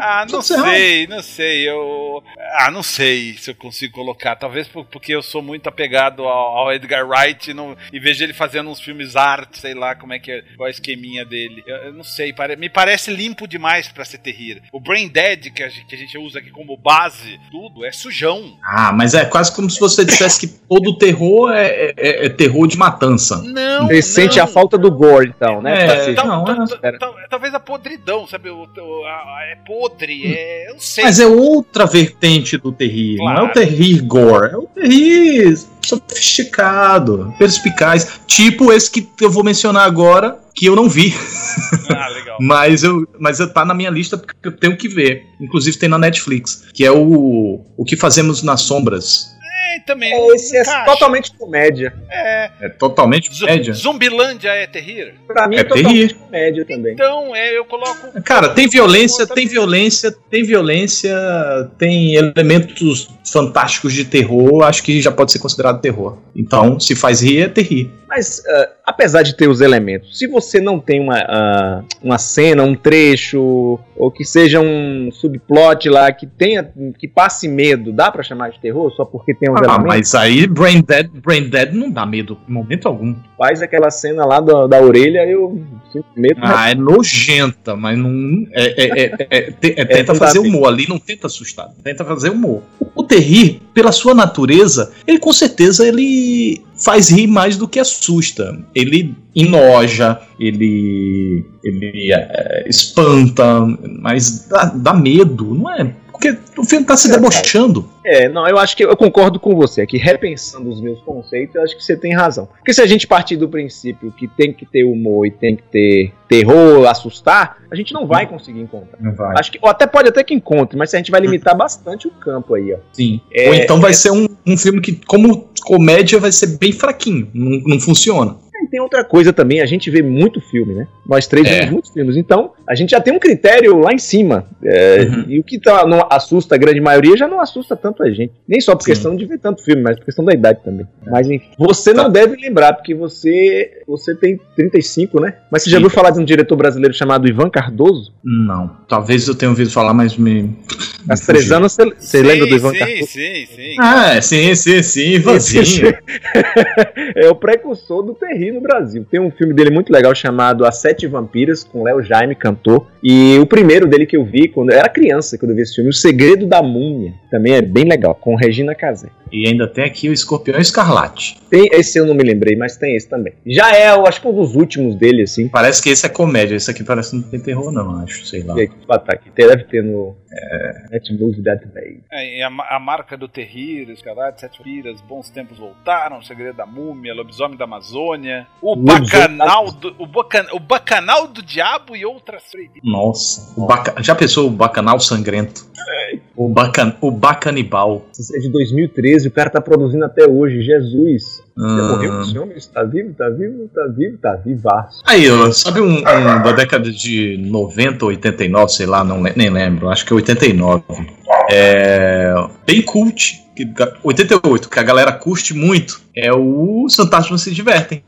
D: Ah, não
C: Tudo errado.
D: sei, não sei. Eu. Ah, não sei se eu consigo colocar. Talvez por- porque eu sou muito apegado ao, ao Edgar Wright e, não- e vejo ele fazendo uns filmes arte, sei lá como é que é, qual é o esqueminha dele. Eu, eu não sei, pare- me parece limpo demais pra ser terrível. O Brain Dead, que a, gente, que a gente usa aqui como base, tudo, é sujão.
C: Ah, mas é quase como se você dissesse que todo terror é, é- é terror de matança.
D: Não,
B: Você sente
D: não.
B: a falta do gore, então, né?
C: É,
B: Francisco?
D: Tal-
C: Não,
D: tal-
C: é-
D: tal-
B: pera.
D: tal- talvez a podridão, sabe? O- o- a- a- é podre, é. Eu não sei.
C: Mas é outra vertente do terrir. Não é
D: Claro.
C: o terrir gore, é o terrir sofisticado, perspicaz. Tipo esse que eu vou mencionar agora, que eu não vi.
D: Ah, legal.
C: Mas eu, mas eu tá na minha lista porque eu tenho que ver. Inclusive tem na Netflix, que é o o que fazemos nas sombras.
D: É, também.
B: É, Esse é
D: encaixa.
B: totalmente comédia.
D: É.
C: É totalmente
D: Zu-
C: média.
D: Zumbilândia é terrível?
B: Pra mim
C: É
B: é
C: terrível.
B: totalmente comédia também.
D: Então, é, eu coloco.
C: Cara, tem violência, tem
D: Também.
C: violência, tem violência, tem elementos fantásticos de terror, acho que já pode ser considerado terror. Então, se faz rir, é terrir.
B: Mas Mas, ah, apesar de ter os elementos, se você não tem uma, ah, uma cena, um trecho, ou que seja um subplot lá que tenha, que passe medo, dá pra chamar de terror só porque tem os
C: Ah,
B: elementos?
C: mas aí Brain Dead, Brain Dead não dá medo em momento algum.
B: Faz aquela cena lá da, da orelha, eu sinto medo. mas
C: Ah, é nojenta, mas não. É, é- é- é- é- te- é- tenta
B: não dá
C: fazer
B: medo.
C: humor ali, não tenta assustar, tenta fazer humor. O, o terrir, pela sua natureza, ele com certeza ele faz rir mais do que assusta. Ele enoja, ele. ele é, espanta, mas dá, dá medo, não é? Porque o filme tá se
B: É, cara.
C: debochando.
B: É, não, eu acho que eu concordo com você. Aqui, repensando os meus conceitos, eu acho que você tem razão. Porque se a gente partir do princípio que tem que ter humor e tem que ter terror, assustar, a gente não vai conseguir encontrar.
C: Não vai.
B: Acho que, ou até pode até que encontre, mas a gente vai limitar bastante o campo aí, ó.
C: Sim.
B: É,
C: Ou então vai ser um, um filme que, como comédia, vai ser bem fraquinho. Não, não funciona.
B: E tem outra coisa também, a gente vê muito filme, né? Nós três
C: É.
B: vemos muitos filmes, então a gente já tem um critério lá em cima. É,
C: Uhum.
B: E o que tá- não assusta a grande maioria já não assusta tanto a gente. Nem só por
C: Sim. É.
B: questão de ver tanto filme, mas por questão da idade também. Mas enfim, você
C: Tá.
B: não deve lembrar, porque você, você tem 35, né? Mas você já
C: Sim.
B: ouviu falar de um diretor brasileiro chamado Ivan Cardoso?
C: Não. Talvez eu tenha ouvido falar, mas me.
B: Há
C: me
B: três
C: fugiu.
B: anos, você- você
D: Sim,
B: lembra do Ivan
D: Sim,
B: Cardoso?
D: sim, sim.
C: Ah, sim, sim, sim, Ivanzinho.
B: é o precursor do terri no Brasil. Tem um filme dele muito legal chamado As Sete Vampiras, com Léo Jaime, cantor. E o primeiro dele que eu vi, quando eu era criança, quando eu vi esse filme, O Segredo da Múmia, também é bem legal, com Regina Casé.
C: E ainda tem aqui o Escorpião Escarlate.
B: Tem esse eu não me lembrei, mas tem esse também. Já é, eu acho que um dos últimos dele, assim.
C: Parece que esse é comédia. Esse aqui parece que não tem terror, não, acho. Sei lá.
B: E aí, que ataque. Deve ter no é... Netmovie Database.
D: É, e a, ma- a marca do Terrir, Escalade, Sete Piras, Bons Tempos Voltaram, Segredo da Múmia, Lobisomem da Amazônia, o
B: Lobisomem
D: Bacanal do, o, bacan, o Bacanal do Diabo e outras freirias.
C: Nossa. O baca... Já pensou o Bacanal Sangrento? O, bacan... o Bacanibal.
B: Isso é de 2013, o cara tá produzindo até hoje, Jesus. Já morreu
C: Hum.
B: esse homem? Tá vivo, tá vivo, tá vivo, tá vivaço.
C: Aí, ó, sabe um, um da década de 90 ou 89, sei lá, não, le- nem lembro, acho que é 89. É, bem cult, que ga- 88, que a galera curte muito, é o Os Fantasmas Se Divertem.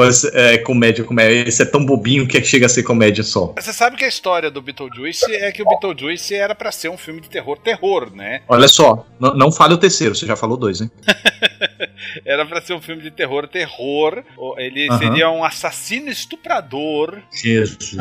C: Esse é comédia, comédia, esse é tão bobinho que chega a ser comédia só.
D: Você sabe que a história do Beetlejuice é que o Beetlejuice era pra ser um filme de terror, terror, né?
C: Olha só, n- não fale o terceiro, você já falou dois, hein?
D: Era pra ser um filme de terror, terror. O- Ele
C: Aham.
D: seria um assassino estuprador.
C: Jesus.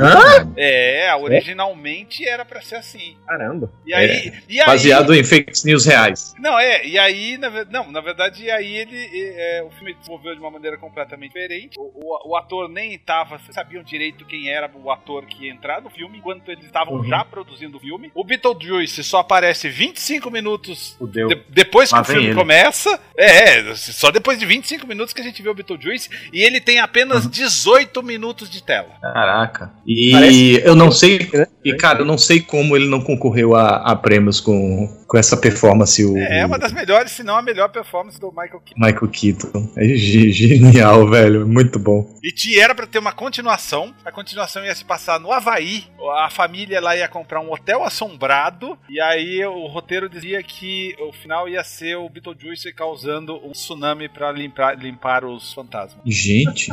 D: É, originalmente era pra ser assim.
B: Caramba.
D: E aí, e aí
C: É, Baseado em fake news reais.
D: Não, é, e aí, na, ve- não, na verdade, e aí ele. e- é, o filme desenvolveu de uma maneira completamente diferente. O, o- o ator nem tava, sabiam direito quem era o ator que ia entrar no filme, enquanto eles estavam
C: Uhum.
D: já produzindo o filme. O Beetlejuice só aparece 25 minutos.
C: Fudeu.
D: de- depois que
C: Lá
D: o
C: vem
D: filme
C: ele.
D: começa, é, é, só depois de 25 minutos que a gente vê o Beetlejuice e ele tem apenas
C: Uhum.
D: 18 minutos de tela.
C: Caraca. E
B: Parece-
C: eu não sei
B: Né?
C: E, cara, eu não sei como ele não concorreu a, a prêmios com, com essa performance, o
D: É uma das melhores, se não a melhor performance do Michael Keaton.
C: Michael Keaton. É ge- genial, velho. Muito bom.
D: E ti- era pra ter uma continuação. A continuação ia se passar no Havaí. A família lá ia comprar um hotel assombrado. E aí o roteiro dizia que o final ia ser o Beetlejuice causando um tsunami pra limpar, limpar os fantasmas.
C: Gente,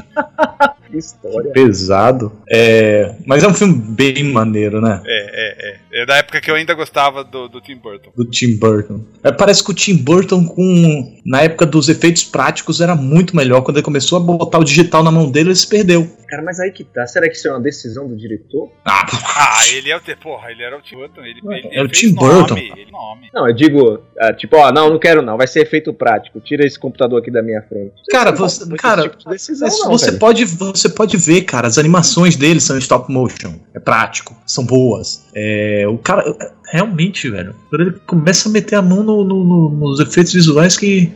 B: Que história.
C: pesado. É, mas é um filme bem maneiro, né?
D: É, é, é. É da época que eu ainda gostava do, do Tim Burton.
C: Do Tim Burton. É, parece que o Tim Burton, com na época dos efeitos práticos, era muito melhor. Quando ele começou a botar o digital na mão dele, ele se perdeu.
B: Cara, mas aí que tá. Será que isso é uma decisão do diretor?
C: Ah,
D: Ah, ele é o. te- Porra, ele era o Tim Burton. Ele, ele
C: Era É o
D: fez
C: Tim
D: nome,
C: Burton.
D: Ele nome.
B: Não, eu digo, ah, tipo, ó, não, não quero não. Vai ser efeito prático. Tira esse computador aqui da minha frente.
C: Cara,
B: Não,
C: você-
B: não foi
C: cara,
B: esse tipo de decisão,
C: Mas
B: não,
C: você,
B: velho.
C: pode, você pode ver, cara, as animações dele são em stop motion. É prático, são boas. É, o cara. Realmente, velho. Quando ele começa a meter a mão no- no- no- nos efeitos visuais que.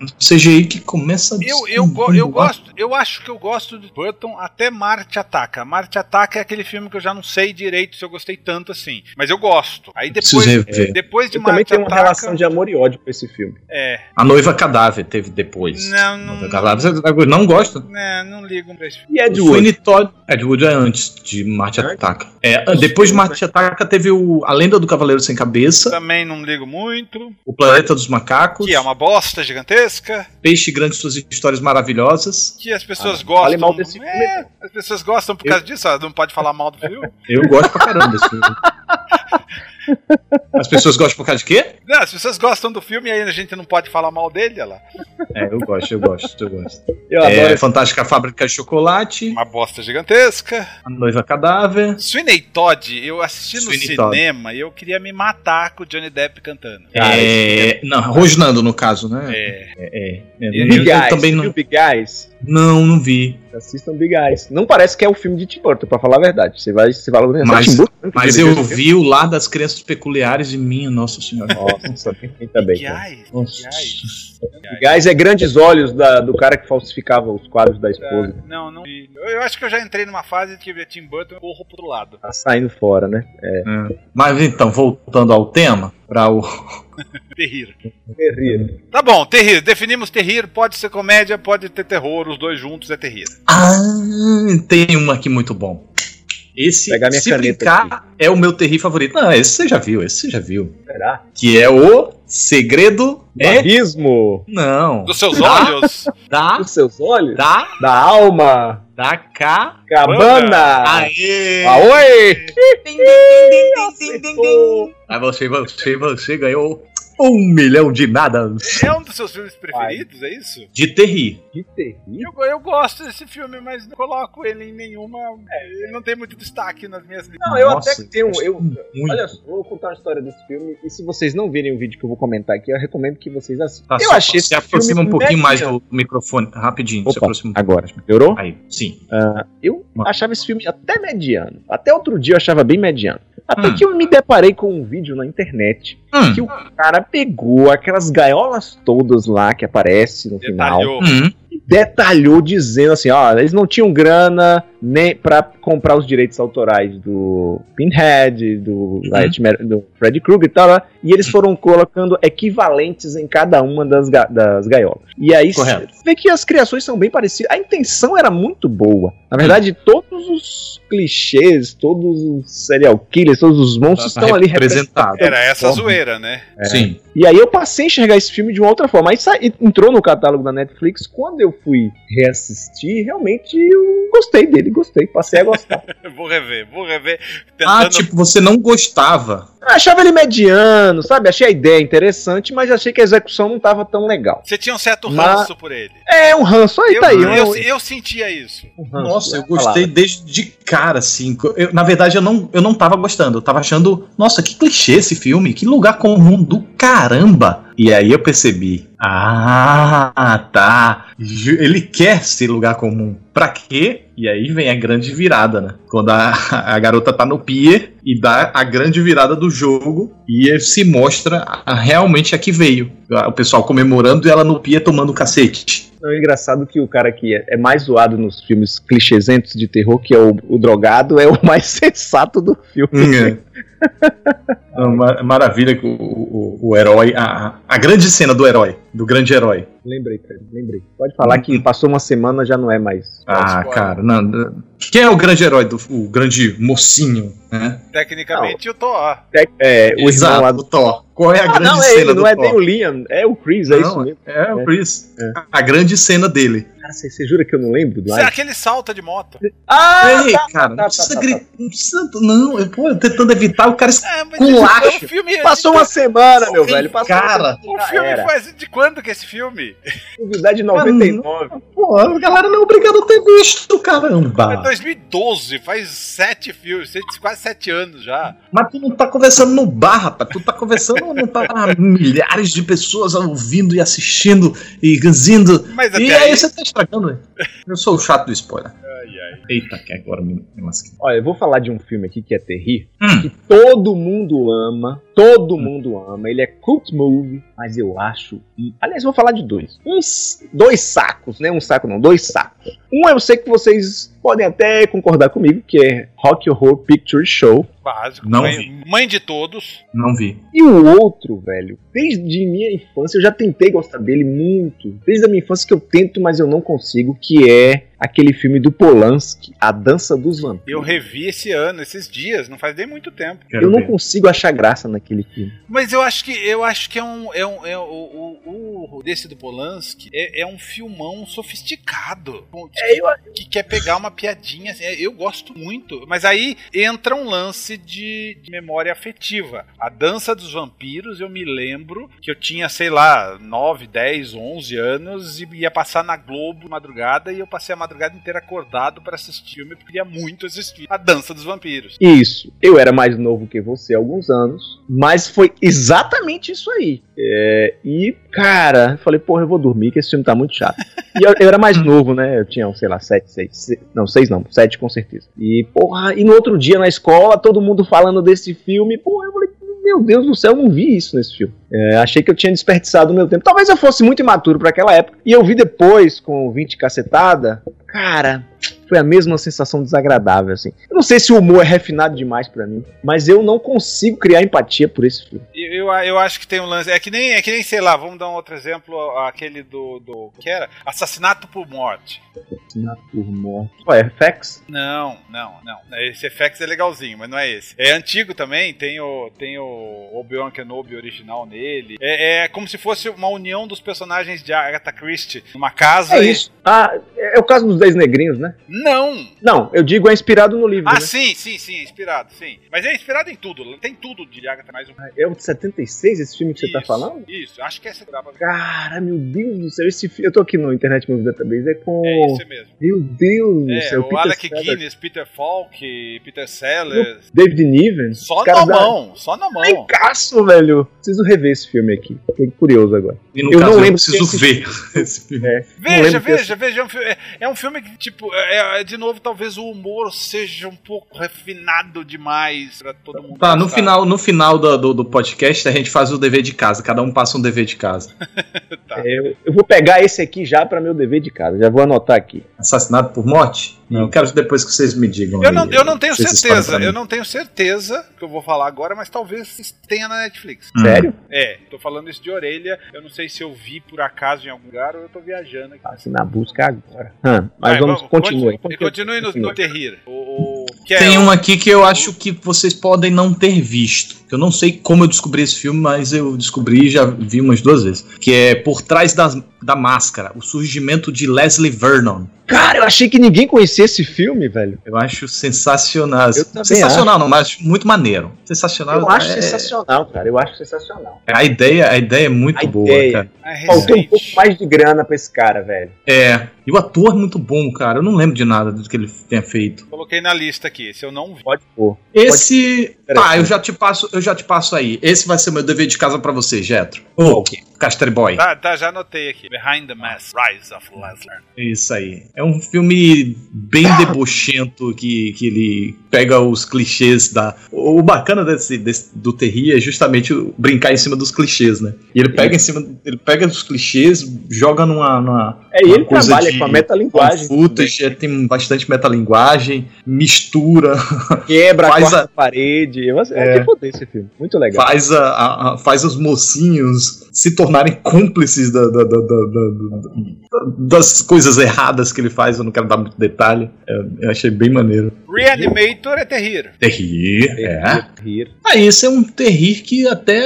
C: no CGI que começa a.
D: Eu, eu, go- eu gosto, eu acho que eu gosto do Burton até Marte Ataca. Marte Ataca é aquele filme que eu já não sei direito se eu gostei tanto assim, mas eu gosto. Aí
C: Preciso
D: depois,
C: rever.
D: depois de
B: Eu também
D: Marte
B: tenho uma
D: Ataca,
B: relação de amor e ódio com esse filme.
D: é,
C: A noiva cadáver teve depois.
D: Não, não-
C: Noiva Cadáver, você tá não gosta?
D: né, não ligo pra esse filme.
B: E é de
C: O
B: hoje.
C: Sweeney Todd. Ed Wood é antes de Marte
B: Antes?
C: Ataca. É, depois de Marte Ataca teve o A
D: Tá.
C: Lenda do Cavaleiro Sem Cabeça,
D: Também não ligo muito.
C: O Planeta dos Macacos.
D: Que é uma bosta gigantesca
C: Peixe Grande suas histórias maravilhosas.
D: que as pessoas
B: Ah,
D: gostam.
B: fale mal desse filme,
D: é, as pessoas gostam por
B: Eu-
D: causa disso, ela não pode falar mal do filme.
C: Eu gosto pra caramba desse filme. As pessoas gostam por causa de quê?
D: Não, as pessoas gostam do filme e aí a gente não pode falar mal dele, olha lá.
C: É, eu gosto, eu gosto, eu gosto.
B: Eu
C: É,
B: adoro.
C: Fantástica Fábrica de Chocolate,
D: Uma bosta gigantesca.
C: A Noiva Cadáver.
D: Sweeney Todd, eu assisti no
C: Sweeney Todd.
D: cinema e eu queria me matar com o Johnny Depp cantando.
B: Cara, esse
C: é, não, rosnando no caso, né?
D: É,
C: É, é.
D: E
C: Eu,
B: Big Eyes.
C: também
B: viu
C: não,
B: Big Eyes?
C: não, não vi.
B: Assistam Big Eyes. Não parece que é o filme de Tim Burton, pra falar a verdade. Você vai, você vai
C: Mas-
B: Tim Burton, né, que
C: Mas
B: dirigiu
C: eu
B: esse filme?
C: vi o Lar das Crianças Peculiares e minha, nossa senhora.
B: Nossa, tem quem também.
D: Big
B: cara.
D: Eyes, Big
C: Nossa.
D: Eyes.
B: Big Eyes é grandes olhos da- do cara que falsificava os quadros da esposa.
C: É.
D: Não, não. vi. Eu, eu acho que eu já entrei numa fase que Tim Burton eu corro pro lado.
B: Tá saindo fora, né?
C: Mas então, voltando ao tema, para o
D: Terrir.
B: Terrível.
D: Tá bom, terrir. Definimos terrir. Pode ser comédia, pode ter terror. Os dois juntos é terrir.
C: Ah, tem um aqui muito bom. Esse,
B: Pegar minha
C: se
B: caneta
C: brincar, é o meu terri favorito. Não, esse você já viu, esse você já viu.
B: Será?
C: Que é o Segredo é...
B: Abismo
C: Não.
D: Dos seus
C: Da-
D: olhos.
C: Da,
B: dos seus olhos?
C: da,
B: Da alma.
C: da cá.
B: Cabana. Ah,
C: Aê!
B: Aoi!
C: Aí você, você, você ganhou um milhão de nada
D: é um dos seus filmes preferidos, é isso?
C: de terri.
B: Que terrível.
D: Eu, eu gosto desse filme, mas não coloco ele em nenhuma.
C: É.
D: Ele não tem muito destaque nas minhas listas.
B: Não, eu
C: Nossa,
B: até que tenho.
C: acho
B: Eu,
C: muito.
B: olha só, eu vou contar a história desse filme. E se vocês não virem o vídeo que eu vou comentar aqui, eu recomendo que vocês assistam.
C: Tá,
B: eu
C: só-
B: achei
C: Se aproxima um pouquinho mais
B: do.
C: do microfone, rapidinho. se
B: Opa,
C: aproxima um
B: Agora, melhorou?
C: pouquinho. Aí, sim.
B: Eu
C: Mano.
B: achava esse filme até mediano. Até outro dia eu achava bem mediano. Até
C: Hum.
B: que eu me deparei com um vídeo na internet
C: Hum,
B: que o cara pegou aquelas gaiolas todas lá que aparece no final
D: Detalhou.
C: hum.
B: e detalhou dizendo assim, ó, eles não tinham grana nem para comprar os direitos autorais do Pinhead,
C: Uhum.
B: do, Nightmare- do Freddy Krueger e tal, lá, e eles foram colocando equivalentes em cada uma das, ga- das gaiolas. E aí
C: Correto.
B: você vê que as criações são bem parecidas. A intenção era muito boa. Na
C: Uhum.
B: verdade, todos os clichês, todos os serial killers, todos os monstros
C: Tá
B: estão ali
C: representado.
D: Era essa
B: Porra.
D: zoeira, né?
B: É.
C: Sim.
B: e aí eu passei a enxergar esse filme de uma outra forma. Aí sa- entrou no catálogo da Netflix. Quando eu fui reassistir, realmente eu gostei dele, gostei, passei a gostar.
D: Vou rever, vou rever.
C: Ah,
D: Tentando
C: tipo, você não gostava.
B: Eu achava ele mediano, sabe? Achei a ideia interessante, mas achei que a execução não tava tão legal.
D: Você tinha um certo
B: Mas-
D: ranço por ele.
B: É um ranço, aí
D: eu,
B: tá aí.
D: eu,
B: um-
D: eu sentia isso.
B: um ranço,
C: Nossa, eu
B: é a palavra.
C: gostei desde de cara, assim. Eu- na verdade, eu não, eu não tava gostando. Eu tava achando, nossa, que clichê esse filme, que lugar comum do caramba. E aí eu percebi, ah, tá. Ju- Ele quer ser lugar comum. Pra quê? E aí vem a grande virada, né? Quando a, a garota tá no pier e dá a grande virada do jogo e ele se mostra a- realmente a que veio. O pessoal comemorando e ela no pier tomando cacete.
B: Não, é engraçado que o cara que é, é mais zoado nos filmes clichêsentos de terror, que é o, o drogado, é o mais sensato do filme.
D: Hum,
C: É uma maravilha que o, o, o herói. A, a grande cena do herói, do grande herói.
B: Lembrei, cara, lembrei. Pode falar
D: Uhum.
B: que passou uma semana já não é mais.
C: Ah,
D: spoiler.
C: cara, não. Quem é o grande herói? Do, o grande mocinho, né?
D: Tecnicamente, eu tô. ó.
B: É, o irmão
C: Exato,
B: lá
C: o Thor. Qual é a
B: Ah,
C: grande
B: não, é
C: cena
B: ele,
C: do
B: não é
C: Thor?
B: nem o Liam, é o Chris, é
C: Não,
B: isso mesmo.
C: É, o Chris.
B: É.
C: A grande cena dele.
B: Cara, você, você jura que eu não lembro do
D: Será
B: Lion?
D: que ele salta é de moto?
B: Ah,
C: Ei, cara,
B: tá,
C: não precisa
B: tá,
C: gritar. Não precisa. Não, eu tô tentando evitar o cara.
D: É, mas
C: Culacho.
D: esse- o filme.
B: passou uma semana, meu velho, passou
C: Cara.
D: O
B: uma semana, já
D: filme
B: era.
D: faz de quando que é esse filme?
B: Duvidar de 99.
C: Pô, a galera não é obrigada a ter visto,
B: Ah.
D: É
C: caramba.
D: 2012, faz sete filmes, seis- quase sete anos já.
C: Mas tu não tá conversando no bar, rapaz. Tu tá conversando, não tá lá milhares de pessoas ouvindo e assistindo e dizendo.
D: Mas até
C: E
B: é
D: aí.
C: aí você tá estragando, né? Eu sou o chato do spoiler.
D: Ai, ai.
C: Eita, que agora me, me masquei.
B: Olha, eu vou falar de um filme aqui que é terrível,
C: Hum.
B: que todo mundo ama, todo mundo ama, ele é cult movie, mas eu acho... Aliás, eu vou falar de dois. Uns, dois sacos, né? Um saco não, dois sacos. Um eu sei que vocês podem até concordar comigo, que é Rock Horror Picture Show,
D: Básico.
C: Não
D: mãe,
C: vi.
D: mãe de todos.
C: Não vi.
B: E o outro, velho, desde minha infância, eu já tentei gostar dele muito. Desde a minha infância que eu tento, mas eu não consigo, que é aquele filme do Polanski, A Dança dos Vampiros.
D: Eu revi esse ano, esses dias, não faz nem muito tempo.
C: Quero
B: Eu não
C: ver.
B: consigo achar graça naquele filme.
D: Mas eu acho que eu acho que é um. É um, é um- o, o- o desse do Polanski é, é um filmão sofisticado. com-
B: É
D: Que quer pegar uma piadinha. assim, é, Eu gosto muito. Mas aí entra um lance de, de memória afetiva. A dança dos vampiros, eu me lembro que eu tinha, sei lá, 9, 10, 11 anos e ia passar na Globo madrugada e eu passei a madrugada inteira acordado para assistir filme, porque queria muito assistir a dança dos vampiros.
B: Isso, eu era mais novo que você há alguns anos, mas foi exatamente isso aí. É, e, cara, eu falei, porra, eu vou dormir, que esse filme tá muito chato. E eu, eu era mais novo, né? Eu tinha, sei lá, sete, seis, se- não, seis não, sete com certeza. E, porra, e no outro dia na escola, todo mundo falando desse filme, porra, eu falei, meu Deus do céu, eu não vi isso nesse filme. É, achei que eu tinha desperdiçado o meu tempo. Talvez eu fosse muito imaturo pra aquela época. E eu vi depois, com 20 cacetada, cara, foi a mesma sensação desagradável, assim. Eu não sei se o humor é refinado demais pra mim, mas eu não consigo criar empatia por esse filme.
D: Eu, eu- eu acho que tem um lance. É que nem, é que nem sei lá, vamos dar um outro exemplo, aquele do. do que era? Assassinato por morte.
B: Assassinato por morte. Ué, FX?
D: Não, não, não. Esse FX é legalzinho, mas não é esse. É antigo também, tem o, tem o Obi-Wan Kenobi original nele. É, é como se fosse uma união dos personagens de Agatha Christie numa casa.
B: É
D: e-
B: isso. Ah, é é o caso dos 10 negrinhos, né?
D: Não!
B: Não, eu digo é inspirado no livro,
D: Ah,
B: né?
D: sim, sim, sim, é inspirado, sim. Mas é inspirado em tudo, tem tudo de Agatha mais um.
B: É o de 76 esse filme que você tá
D: Isso,
B: falando?
D: Isso, acho que é esse
B: Cara, meu Deus do céu, esse filme... Eu tô aqui no Internet Movie Database, é com...
D: É esse mesmo.
B: Meu Deus do
D: É,
B: céu,
D: o Alec
B: Sellers,
D: Guinness, Peter Falk, Peter Sellers.
B: David Niven.
D: Só
B: os caras
D: na
B: da-
D: mão, só na mão.
B: Ricaço, velho. Preciso rever esse filme aqui. Fiquei curioso agora.
C: E no
B: Eu
C: caso,
B: não
C: eu
B: lembro quem-
C: preciso ver esse filme.
B: não
D: Veja,
B: lembro que
D: veja, veja. É um, fi- é- é um filme que, tipo, é, é- de novo, talvez o humor seja um pouco refinado demais pra todo mundo.
C: Tá, no
D: gostar.
C: final, no final do, do, do podcast a gente faz o dever de casa, cada um passa um dever de casa.
D: Tá.
B: É, Eu, eu vou pegar esse aqui já pra meu dever de casa. Já vou anotar aqui.
C: Assassinado por morte? Não, eu quero depois que vocês me digam.
D: Eu
C: aí,
D: não, eu não tenho
C: vocês falam
D: certeza,
C: pra
D: eu
C: mim.
D: não tenho certeza que eu vou falar agora, mas talvez tenha na Netflix.
C: Hum.
B: Sério?
D: É, tô falando isso de orelha, eu não sei se eu vi por acaso em algum lugar ou eu tô viajando aqui.
B: Passe assim, na busca agora. Hã, Ah, mas
D: Vai,
B: vamos, continue.
D: conti- Continue no, no Terrir. O, o- que é
C: Tem
D: o-
C: um aqui que eu acho que vocês podem não ter visto. Eu não sei como eu descobri esse filme, mas eu descobri e já vi umas duas vezes. Que é Por Trás das, da Máscara, o surgimento de Leslie Vernon.
B: Cara, eu achei que ninguém conhecia esse filme, velho.
C: Eu acho sensacional.
B: Eu também
C: sensacional, não, mas acho muito maneiro. Sensacional.
B: Eu acho
C: é-
B: sensacional, cara. Eu acho sensacional.
C: A ideia, a ideia é muito
B: A
C: boa,
B: ideia.
C: cara.
D: é
B: Faltou um
D: recente.
B: pouco mais de grana pra esse cara, velho.
C: É. E o ator é muito bom, cara. Eu não lembro de nada do que ele tenha feito.
D: Coloquei na lista aqui, se eu não vi.
B: Pode pôr.
C: Esse.
B: Interessante.
C: Tá, eu já te passo, eu já te passo aí. Esse vai ser meu dever de casa pra você, Jetro. Ô, Caster Boy.
D: Tá, tá, já anotei aqui. Behind the Mask, Rise of Lesnar.
C: É Isso aí. É um filme bem debochento que, que ele pega os clichês da. O bacana desse, desse- do Terry é justamente o- brincar em cima dos clichês, né? E ele pega em cima, ele pega os clichês, joga numa, numa
B: É, e
C: Uma
B: ele
C: coisa
B: trabalha
C: de-
B: com a metalinguagem.
C: footage, é, tem bastante metalinguagem, mistura,
B: Quebra a
C: Faz
B: quarta parede. Eu achei
C: É.
B: que poder esse filme. Muito legal.
C: faz, a, a- a- faz os mocinhos se tornarem cúmplices da- da- da- da- da- da- das coisas erradas que ele faz. Eu não quero dar muito detalhe. É, eu achei bem maneiro.
D: Reanimator é terrível.
C: Terry, é.
B: Rir.
C: Ah, esse é um terrir que até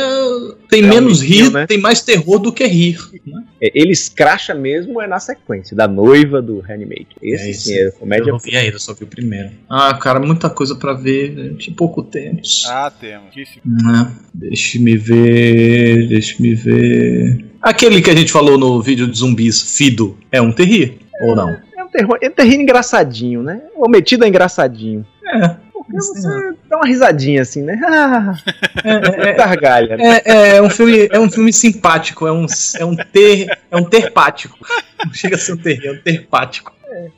C: tem
B: É um
C: menos
B: riquinho,
C: rir,
B: né?
C: tem mais terror do que rir. né?
B: É, Ele escracha mesmo é na sequência, da noiva do reanimate. Esse sim
C: É, esse-
B: é comédia.
C: vi ainda, só vi o primeiro. Ah, cara, muita coisa pra ver, de pouco tempo.
D: Ah, temos. Que se-
C: Né? Deixa-me ver, deixa-me ver. Aquele que a gente falou no vídeo de zumbis, Fido, é um terrir ou não?
B: É um terror, é um terror engraçadinho, né? O metido é engraçadinho.
C: É.
B: Porque você dá uma risadinha assim, né? Ah,
C: É, é,
B: gargalha. né?
C: é, é um filme, é um filme simpático, é um, é um ter, é um terpático. Não chega a ser um terrir, é um terpático.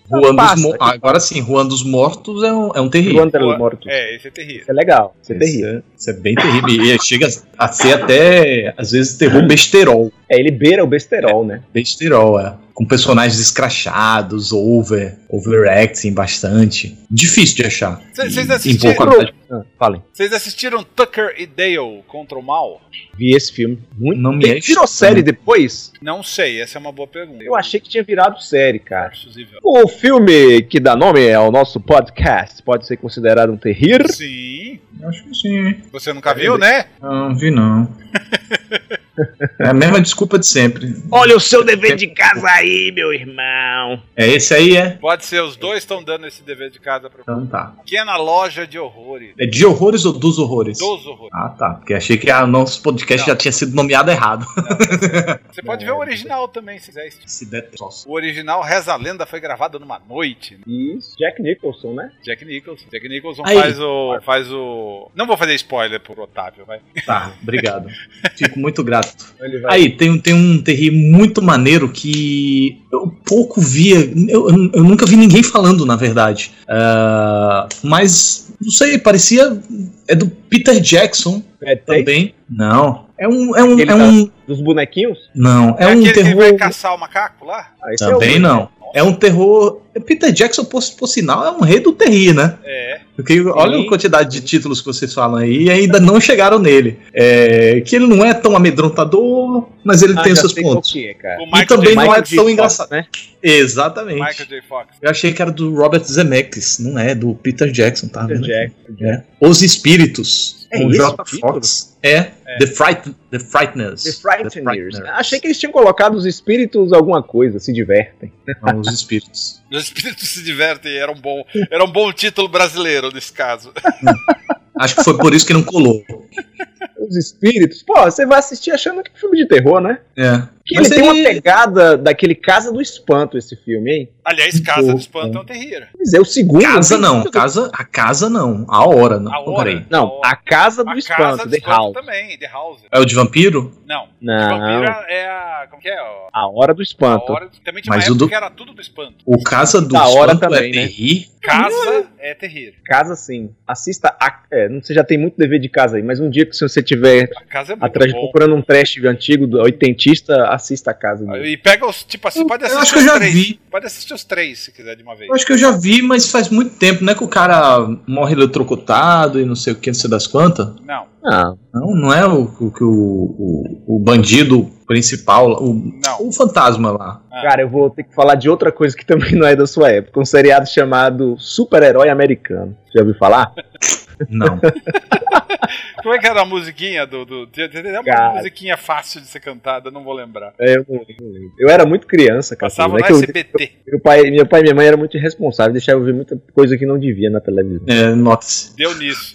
C: Juan dos
B: Passa.
C: Mo- ah, agora sim, Juan dos Mortos é um, é um terrir.
B: Quando ela morto.
D: É, esse é terrível.
B: É legal, você
C: Isso
B: terrível.
C: é- Isso é bem terrível. E chega a ser até, às vezes, terror besterol.
B: É, ele beira o besterol, né?
C: Besterol, é. Com personagens escrachados, over, overacting bastante. Difícil de achar.
D: Cê-
C: E-
D: vocês
C: em
D: assistiram?
C: boa qualidade.
B: Ah, falem.
D: Vocês assistiram Tucker e Dale contra o Mal?
B: Vi esse filme. Muito...
C: Não me
B: Tem-
C: é
B: Virou
C: estranho.
B: série depois?
D: Não sei, essa é uma boa pergunta.
B: Eu achei que tinha virado série, cara.
D: Versus Evil.
B: O filme que dá nome ao nosso podcast pode ser considerado um terrir?
D: Sim.
C: Acho que sim, hein?
D: Você nunca viu, né?
C: Não, vi não. É a mesma desculpa de sempre.
B: Olha o seu dever de casa aí, meu irmão.
C: É esse aí, é?
D: Pode ser, os dois estão dando esse dever de casa pra
C: Então tá.
D: pequena loja de horrores.
C: É de horrores ou dos horrores?
D: Dos horrores.
C: Ah, tá. Porque achei que o nosso podcast
D: Não.
C: já tinha sido nomeado errado.
D: Você pode ver o original também, se quiser.
C: Se der troço.
D: O original Reza a Lenda foi gravado numa noite.
B: Isso, Jack Nicholson, né?
D: Jack Nicholson. Jack Nicholson
C: Aí.
D: faz o, faz o. Não vou fazer spoiler pro Otávio, vai. É
C: Tá, obrigado. Fico muito grato.
B: Ele vai
C: Aí, tem, tem um terri muito maneiro que eu pouco via, eu, eu- eu nunca vi ninguém falando, na verdade. Ah, mas, não sei, parecia. É do Peter Jackson
B: é, tem
C: também. Não. É um. É um,
B: Ele
C: é
B: tá-
C: um
B: dos bonequinhos?
C: não, é,
D: É,
C: um
D: aquele que vai
C: terror.
D: caçar o macaco lá?
B: Ah, esse é
C: Também
B: o-
C: não. É um terror. Peter Jackson, por, por sinal, é um rei do terri, né?
D: É.
C: Porque olha
B: Sim.
C: a quantidade de títulos que vocês falam aí e ainda não chegaram nele. É, que ele não é tão amedrontador, mas ele
B: Ah,
C: tem
B: já
C: seus
B: sei qual
C: pontos.
B: que é, cara.
D: O Michael
C: também
D: J.
C: não é
D: Fox.
C: tão engraçado.
B: né?
C: Exatamente.
D: Michael J. Fox.
C: Eu achei que era do Robert Zemeckis, não é do Peter Jackson, tá?
B: Peter
C: vendo?
B: Jackson.
C: É. Os Espíritos.
B: É
C: com
B: isso,
C: J.
B: o título?
C: Fox. É, The, Fright, The Frighteners.
B: The Frighteners. né? Achei que eles tinham colocado os espíritos alguma coisa, se divertem.
C: Não, os Espíritos.
D: Os espíritos se divertem, era um bom, era um bom título brasileiro nesse caso.
C: Acho que foi por isso que não colou.
B: Os espíritos, pô, você vai assistir achando que é um filme de terror, né?
C: É.
B: Que
C: Mas
B: ele tem
C: ele-
B: uma pegada daquele Casa do Espanto, esse filme, hein?
D: Aliás, Casa do
C: Pouco.
D: Espanto é um terrível.
B: Quer dizer, o segundo.
C: Casa
B: tem-
C: não, casa, a casa não, a hora não.
D: A
C: Não,
D: hora.
C: peraí.
B: Não, a Casa do
D: A
B: Espanto,
D: Casa do
B: The
D: Espanto
B: House.
D: também, The House.
C: É o de vampiro?
D: Não.
B: Não,
D: Vampira é a. Como que é? ó?
B: a Hora do
D: A
B: Espanto.
D: hora, também tinha uma
C: Mas o
D: época
C: do-
D: que era tudo do espanto.
C: O casa do
B: Da hora
C: espanto
B: também,
C: é
B: né?
C: terri?
D: Casa é terrível.
B: Casa sim. Assista. A... É, não- você já tem muito dever de casa aí, mas um dia que se você tiver
D: A casa é muito
B: atrás
D: bom.
B: procurando um trash antigo, do oitentista, assista a casa. dele.
D: E pega os. Tipo assim, pode
C: Eu
D: assistir
C: acho que
D: os
C: eu já
D: três.
C: vi.
D: Pode assistir os três se quiser de uma vez.
C: Eu acho que eu já vi, mas faz muito tempo, né? Que o cara morre eletrocutado e não sei o que, não sei das quantas.
D: Não,
B: Ah,
C: Não, não é o o que o, o, o bandido principal, lá, o,
D: não.
C: o fantasma lá.
B: cara, eu vou ter que falar de outra coisa que também não é da sua época. Um seriado chamado Super-Herói Americano. Já ouviu falar?
C: Não.
D: Como é que era a musiquinha do. do... É uma
B: Cara.
D: musiquinha fácil de ser cantada, não vou lembrar.
B: É, eu não não lembro. Eu era muito criança, cara.
D: Passava
B: é
D: no
B: que eu-
D: SBT.
B: meu, pai, meu pai e minha mãe eram muito irresponsáveis, deixavam eu ver muita coisa que não devia na televisão.
C: É, Note-se.
D: Deu nisso.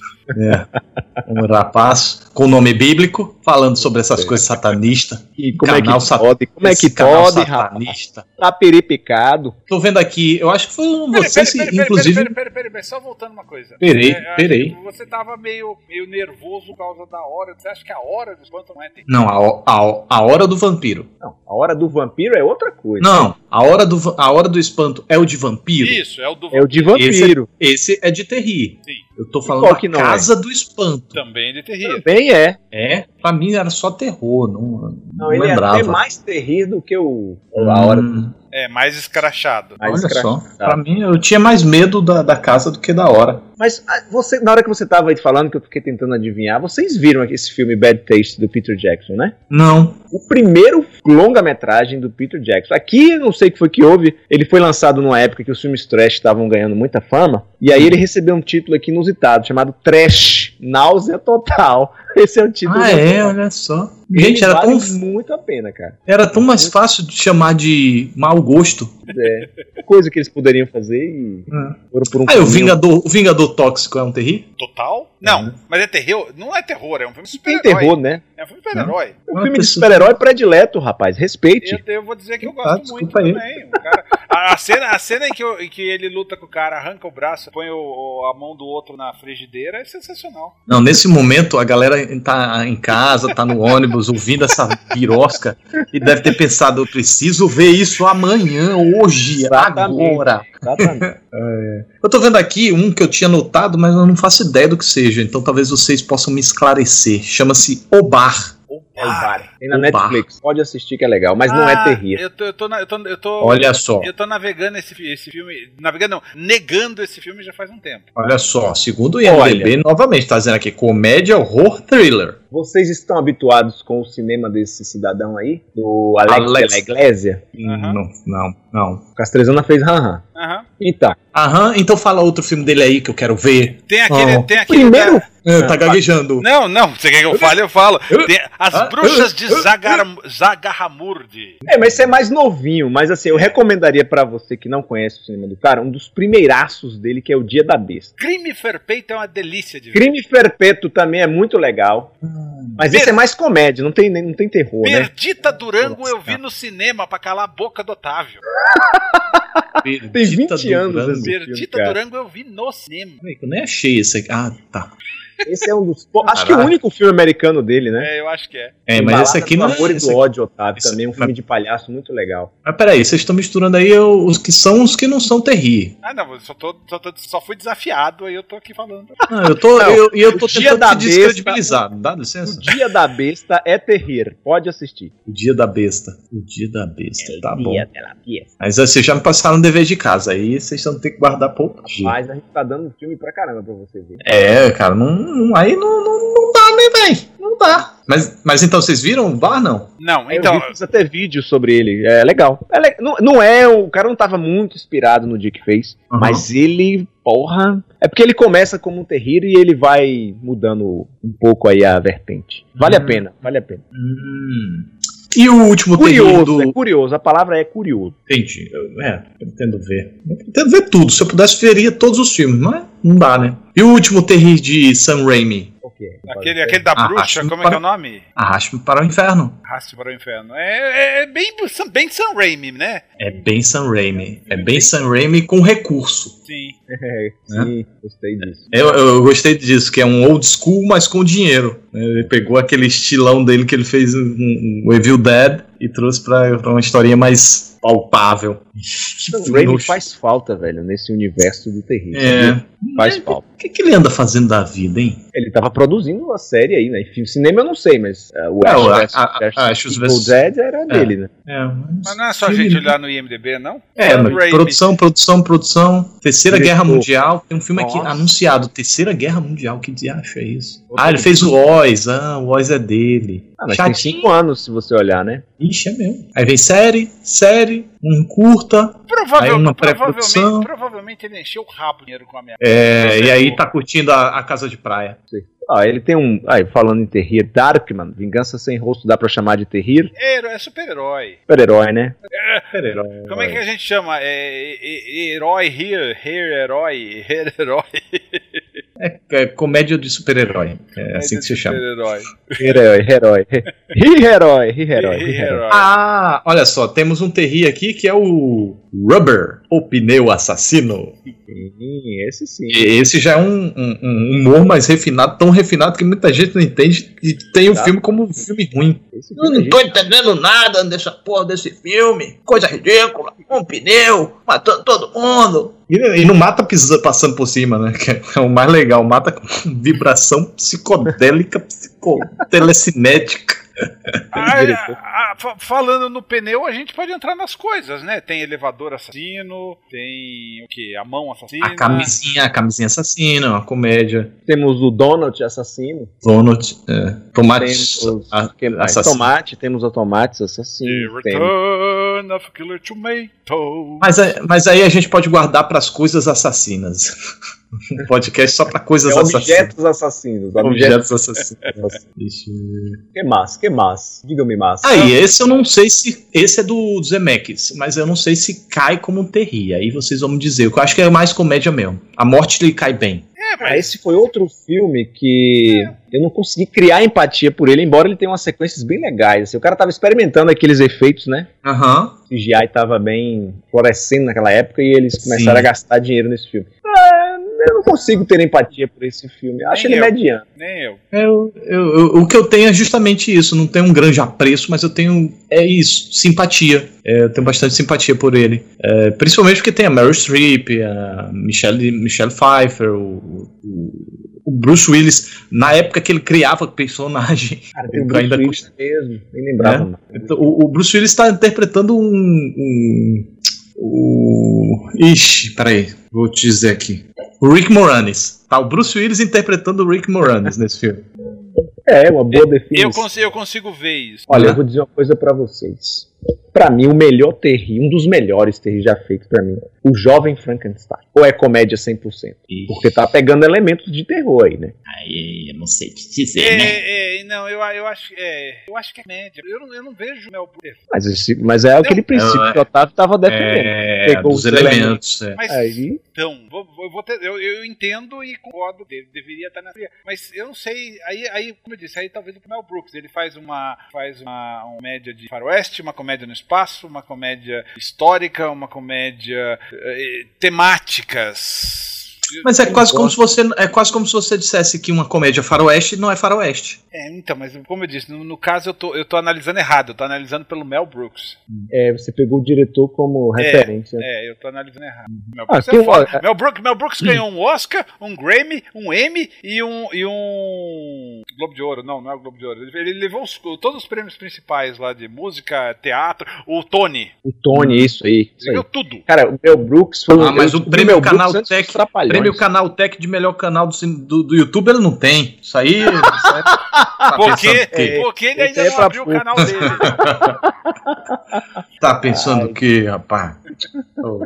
C: Um rapaz com nome bíblico falando sobre essas coisas satanistas.
B: E como
C: Canal
B: é que
C: sat-
B: pode? Como é que
C: Esse canal
B: pode, rapaz?
C: satanista.
B: Tá peripecado.
C: Tô vendo aqui, eu acho que foi você, se- inclusive.
D: Peraí, peraí, peraí, peraí, só voltando uma coisa.
C: Peraí,
D: É,
C: peraí.
D: Você tava meio, meio nervoso por causa da hora. Você acha que a hora do espanto não é terrível?
C: Não, a, ho- a, ho- a hora do vampiro.
B: Não, a hora do vampiro é outra coisa.
C: Não, a hora do, va- a hora do espanto é o de vampiro.
D: Isso, é o do
B: É o de vampiro.
C: Esse é de terri.
D: Sim.
C: Eu tô
B: qual
C: falando
B: que
C: da
B: não é?
C: casa do espanto.
D: também de terrível.
B: Também é.
C: É, pra mim era só terror, não, não,
B: Não, ele
C: lembrava.
B: é até mais terrível do que o a hora Tá.
C: Hum.
D: É, mais escrachado.
B: mais
C: Olha
B: cra-
C: só, pra mim eu tinha mais medo da, da casa do que da hora.
B: Mas ah, você, na hora que você tava aí falando que eu fiquei tentando adivinhar, vocês viram esse filme Bad Taste do Peter Jackson, né?
C: Não.
B: O primeiro longa-metragem do Peter Jackson. Aqui, eu não sei o que foi que houve, ele foi lançado numa época que os filmes trash estavam ganhando muita fama, e aí ele recebeu um título aqui inusitado, chamado Trash, Náusea Total. Esse é o título.
C: Ah,
B: do-
C: é, olha só.
B: Ele
C: Gente, era
B: vale
C: tão,
B: muito a pena, cara.
C: era tão mais fácil de chamar de mau gosto.
B: Coisa que eles poderiam fazer e foram por um
C: Ah, e o
B: caminho-
C: Vingador, o Vingador Tóxico é um terri?
D: Total? Não, mas é terror? Não é terror, é um filme de
B: Ah. Tem
D: super-herói.
B: terror, né?
D: É um filme de super-herói.
B: É um filme de super-herói predileto, rapaz. Respeite.
D: Eu, eu vou dizer que eu
C: Ah,
D: gosto muito
C: desculpa aí.
D: também. O cara- a, a cena, a cena em, que eu- em que ele luta com o cara, arranca o braço, põe o- o- a mão do outro na frigideira é sensacional.
C: Não, nesse momento a galera tá em casa, tá no ônibus, ouvindo essa birosca e deve ter pensado, eu preciso ver isso amanhã, hoje,
B: Exatamente.
C: agora.
B: Exatamente.
C: Eu tô vendo aqui um que eu tinha notado, mas eu não faço ideia do que seja, então talvez vocês possam me esclarecer. Chama-se O Bar.
D: O
B: É o bar. Tem na
C: Opa.
B: Netflix. Pode assistir que é legal, mas não é
D: Ah,
B: terrível.
D: Eu tô, eu tô, na- eu tô, eu tô-
C: Olha só,
D: Eu tô navegando esse, fi- esse filme. Navegando não, negando esse filme já faz um tempo.
C: olha só. Segundo o IMDB, novamente, tá dizendo aqui comédia, horror, thriller.
B: Vocês estão habituados com o cinema desse cidadão aí? Do Alex,
C: Alex.
B: de la Iglesia?
D: Aham.
C: Não, não, não.
B: O Castrezana fez Ranhan.
D: Aham.
B: Então,
C: Aham, então fala outro filme dele aí que eu quero ver.
D: Tem aquele.
C: Oh.
D: Tem aquele
B: primeiro,
C: Ah, tá
B: né?
C: gaguejando.
D: Não, não, você quer que eu fale, eu falo. Tem as
C: Ah,
D: bruxas
C: ah,
D: de
C: ah,
D: Zagar- Zagarramurdi.
B: É, mas isso é mais novinho, mas assim, eu recomendaria pra você que não conhece o cinema do cara, um dos primeiraços dele, que é o Dia da Besta.
D: Crime Ferpeito é uma delícia de ver.
B: Crime Perpétuo também é muito legal, mas
D: Ver-
B: esse é mais comédia, não tem, nem- não tem terror, né?
D: Perdita Durango eu vi
C: Nossa.
D: no cinema pra calar a boca do Otávio.
B: Tem 20
C: Dita do
B: anos
C: Branco.
B: esse-
D: Perdita
B: cara.
D: Durango eu vi no cinema.
C: Peraí, que Eu nem achei esse aqui. Ah, tá.
B: Esse é um dos. pô, acho que o
C: Caraca.
B: único filme americano dele, né?
D: É, eu acho que é.
C: É, mas
B: Balada
C: esse aqui
B: do
C: não é.
B: Amor e
C: esse
B: do
C: aqui- é-
B: Ódio, Otávio,
C: esse-
B: também um filme de palhaço muito legal.
C: Mas peraí, vocês estão misturando aí o- os que são os que não são terri.
D: Ah, não, eu só, tô, só, tô- só fui desafiado, aí eu tô aqui falando.
C: Não, Ah, eu tô,
B: Não,
C: eu, e eu
B: o
C: tô
B: Dia
C: tentando
B: da
C: te descredibilizar. Dá
B: O
C: licença?
B: Dia da Besta é terrir, pode assistir.
C: O dia da besta. O dia da besta, tá bom.
B: Dia da Besta.
C: Mas aí, vocês já me passaram um dever de casa, aí vocês vão ter que guardar pra outro dia.
B: Mas a gente tá dando filme pra caramba pra você ver.
C: É, cara, não, não- aí não, não, não dá, né, velho? Não dá. Mas, mas então, vocês viram o bar, não?
D: Não,
B: Então,
D: então.
B: eu vi, precisa ter vídeo sobre ele. É legal. É le- Não, não é, o cara não tava muito inspirado no dia que fez,
C: Aham.
B: mas ele, porra. É porque ele começa como um terrível e ele vai mudando um pouco aí a vertente. Vale a
C: Hum.
B: pena, vale a pena.
C: Hum. E o último terri
B: Curioso,
C: do...
B: é curioso, a palavra é curioso.
C: Entendi. Eu, é, eu pretendo ver. Eu pretendo ver tudo. Se eu pudesse, veria todos os filmes, mas não dá, né? E o último terri de Sam Raimi?
B: Por quê?
D: Aquele, aquele da
C: Ah,
D: bruxa,
C: acho
D: como é
C: que
D: que é o nome?
C: Arraste-me para o inferno.
D: Raste para o Inferno. É, é- é bem, bem Sam Raimi, né?
C: É bem Sam Raimi. É bem Sam Raimi com recurso.
D: Sim.
B: É, sim, gostei disso.
C: Eu, eu gostei disso, que é um old school, mas com dinheiro. Ele pegou aquele estilão dele que ele fez um,
B: Tipo,
C: um Evil Dead e trouxe pra, pra uma historinha mais palpável.
B: O Raimi faz falta, velho, nesse universo do terrível.
C: É.
B: Faz
C: Mas
B: falta.
C: O que, que ele anda fazendo da vida, hein?
B: Ele tava produzindo uma série aí, né? Enfim, cinema eu não sei, mas ah, o
C: É, o-
B: Ash
C: a- a-
B: vs.
C: Ash
B: Evil
C: versus-
B: Dead era dele, né?
C: É,
D: Mas não é só a gente olhar no IMDB, não?
C: É,
D: Sam
C: mas
D: Raimi.
C: produção, produção, produção. Terceira
B: Diretor.
C: Guerra Mundial. Tem um filme aqui
B: Nossa.
C: anunciado. Terceira Guerra Mundial. Que diacho é isso?
B: Outro
C: Ah, ele
B: filme.
C: fez o Oz. Ah, o Oz é dele.
B: Ah, mas tem
C: Chatinho.
B: 5 anos se você olhar, né?
C: Ixi, é mesmo. Aí vem série, série, um curta.
D: Provavel-
C: Aí uma
D: provavelmente,
C: pré-produção.
D: provavelmente ele encheu o rabo de dinheiro com a minha.
C: É, e aí tá curtindo a, a Casa de Praia.
B: Ah, ele tem um. Aí, falando em terrir, Darkman, Vingança Sem Rosto, dá pra chamar de terrir?
D: É, é super-herói.
B: Super-herói, né?
C: Super-herói.
D: Como é que a gente chama? É, é, é, herói, here, here, herói, here, herói.
C: É, é comédia de super-herói. É assim que se chama.
D: Super-herói.
B: Herói, herói. Ri-herói, ri-herói.
D: Here,
B: ri-herói.
D: herói.
C: Ah, olha só, temos um terri aqui que é o Rubber, o pneu assassino.
B: Sim, esse sim.
C: Esse já é um, um- um humor mais refinado, tão refinado que muita gente não entende e tem o
B: Tá.
C: filme como um filme ruim.
B: Esse
E: Eu não tô entendendo nada dessa porra desse filme. Coisa ridícula. Um pneu matando todo mundo.
C: E, e não mata pisa- passando por cima, né? Que é o mais legal, mata com vibração psicodélica, psicotelecinética. um
D: Ah,
B: diretor.
D: ah, ah, fa- falando no pneu, a gente pode entrar nas coisas, né? Tem elevador assassino, tem o que? A mão assassina.
C: A camisinha, a camisinha assassina, uma comédia.
B: Temos o Donald assassino.
C: Donald, é, tomate
B: Temos os-
C: a-
B: que mais?
C: assassino.
B: Tomate, temos o Tomates assassino. Temos...
D: Return of Killer Tomato.
C: Mas, a- mas aí a gente pode guardar para as coisas assassinas. Um podcast só para coisas
B: É,
C: assassinas.
B: objetos assassinos. Objetos
C: Objetos assassinos.
B: assassinos.
C: Deixa eu
B: Que massa, que massa. Diga-me massa.
C: Aí, Ah, esse eu não sei se. Esse é do Zemeckis, mas eu não sei se cai como um terri. Aí vocês vão me dizer. Eu acho que é mais comédia mesmo. A morte lhe cai bem.
D: É,
B: Ah,
D: mas
B: esse foi outro filme que eu não consegui criar empatia por ele, embora ele tenha umas sequências bem legais. assim. o cara tava experimentando aqueles efeitos, né?
C: Aham.
B: O CGI tava bem florescendo naquela época e eles começaram
C: Sim.
B: a gastar dinheiro nesse filme. Ah, eu não consigo ter empatia por esse filme. Acho
D: Nem
B: ele
D: eu.
B: mediano.
D: nem eu.
C: É, Eu- eu- eu- o que eu tenho é justamente isso. Não tenho um grande apreço, mas eu tenho. É isso. Simpatia. É, eu tenho bastante simpatia por ele. É, principalmente porque tem a Meryl Streep, a Michelle, Michelle Pfeiffer, o. o o Bruce Willis, na época que ele criava o personagem,
B: Cara,
C: tem o Bruce Willis
B: mesmo, nem lembrava.
C: É? Então, O, o Bruce Willis está interpretando um. um o. Ixi, peraí, vou te dizer aqui. O Rick Moranis. Tá, o Bruce Willis interpretando o Rick Moranis nesse filme.
B: É, uma boa definição.
D: Eu consigo, eu consigo ver isso.
B: Olha,
C: Né?
B: eu vou dizer uma coisa pra vocês. Pra mim, o melhor terri, um dos melhores terri já feitos pra mim, o Jovem Frankenstein. Ou é comédia 100%? Porque tá pegando elementos de terror aí, né?
F: Aí, eu não sei o que
D: É,
F: dizer, né?
D: é, não, eu, eu, acho, é, eu acho que é média. Eu não, eu não vejo o Mel Brooks.
B: Mas, esse- mas é aquele princípio
C: é-
B: que o Otávio tava defendendo.
C: É,
B: Pegou os
C: dos elementos. é.
D: Mas
B: Aí,
D: então, vou, vou- eu, vou ter- eu, eu entendo e concordo, de- deveria estar na Mas eu não sei, aí, aí como eu disse, aí talvez o Mel Brooks, ele faz uma faz uma, uma comédia de faroeste, uma comédia no espaço, uma comédia histórica, uma comédia eh, temáticas.
C: Mas é quase, como se você, é quase como se você dissesse que uma comédia faroeste não é faroeste.
D: É, então, mas como eu disse, no, no caso eu tô, eu tô analisando errado, eu tô analisando pelo Mel Brooks.
B: é, você pegou o diretor como
D: É,
B: referência.
D: É, eu tô analisando errado. Mel
B: Ah,
D: Brooks, é
B: tem um-
D: foda. Mel Brook- Mel Brooks ganhou um Oscar, um Grammy, um Emmy e um, e um Globo de Ouro. Não, não é o Globo de Ouro. Ele, ele levou os- todos os prêmios principais lá de música, teatro, o Tony.
B: O Tony, isso aí. Isso
D: Ele ganhou
B: aí.
D: tudo.
B: Cara, o Mel Brooks foi
C: Ah, mas
B: eu
C: o
B: descobri
C: prêmio
B: Mel Brooks
C: Canal
B: antes dos
C: Tech-
B: Trapalhões.
C: Prêmio Canal Tech de melhor canal do, cin- do, do YouTube ele não tem. Isso aí. Isso aí tá
D: Porque,
C: pensando o quê?
D: porque ele
B: Esse
D: ainda
B: aí é
D: não
B: pra
D: abriu o
B: pouco.
D: canal dele.
C: Tá pensando o quê, rapaz? Ô,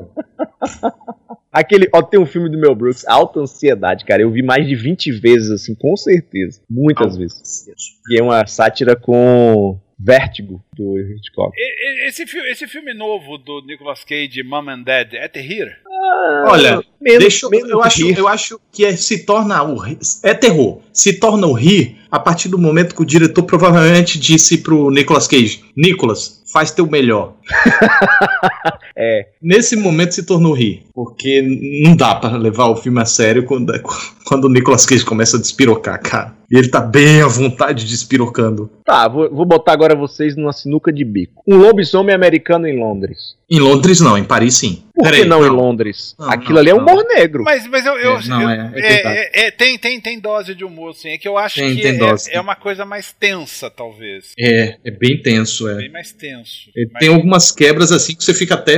B: Aquele, ó, tem um filme do Mel Brooks, Alta Ansiedade, cara. Eu vi mais de 20 vezes, assim, com certeza. Muitas vezes. E é uma sátira com Vértigo do Hitchcock.
D: E- e- esse, fi- esse filme novo do Nicolas Cage, Mom and Dad, é terrir?
C: Olha,
B: Ah, Menos,
C: Deixa, eu,
B: menos
C: eu acho,
B: rir.
C: eu acho que é- se torna o ri- é terror. Se torna o rir a partir do momento que o diretor provavelmente disse pro Nicolas Cage: Nicolas, faz teu melhor.
B: É.
C: Nesse momento se tornou rir, porque não dá pra levar o filme a sério quando, é, quando o Nicolas Cage começa a despirocar, cara. E ele tá bem à vontade despirocando.
B: Tá, vou, vou botar agora vocês numa sinuca de bico. Um lobisomem americano em Londres.
C: Em Londres não, em Paris sim.
B: Por
C: Peraí,
B: que não, em Londres?
C: Não,
B: Aquilo
C: não,
B: ali é um
C: não.
B: humor negro.
D: Mas, mas eu. eu-
C: É, não,
D: eu-
C: é- é
D: é-
C: verdade.
D: é- é- tem, tem, tem dose de humor, sim. É que eu acho
C: Tem-
D: que
C: tem
D: é-
C: dose.
D: é uma coisa mais tensa, talvez.
C: É, é bem tenso, é.
D: Bem mais tenso.
C: Ele
D: Mas-
C: Tem algumas quebras assim que você fica até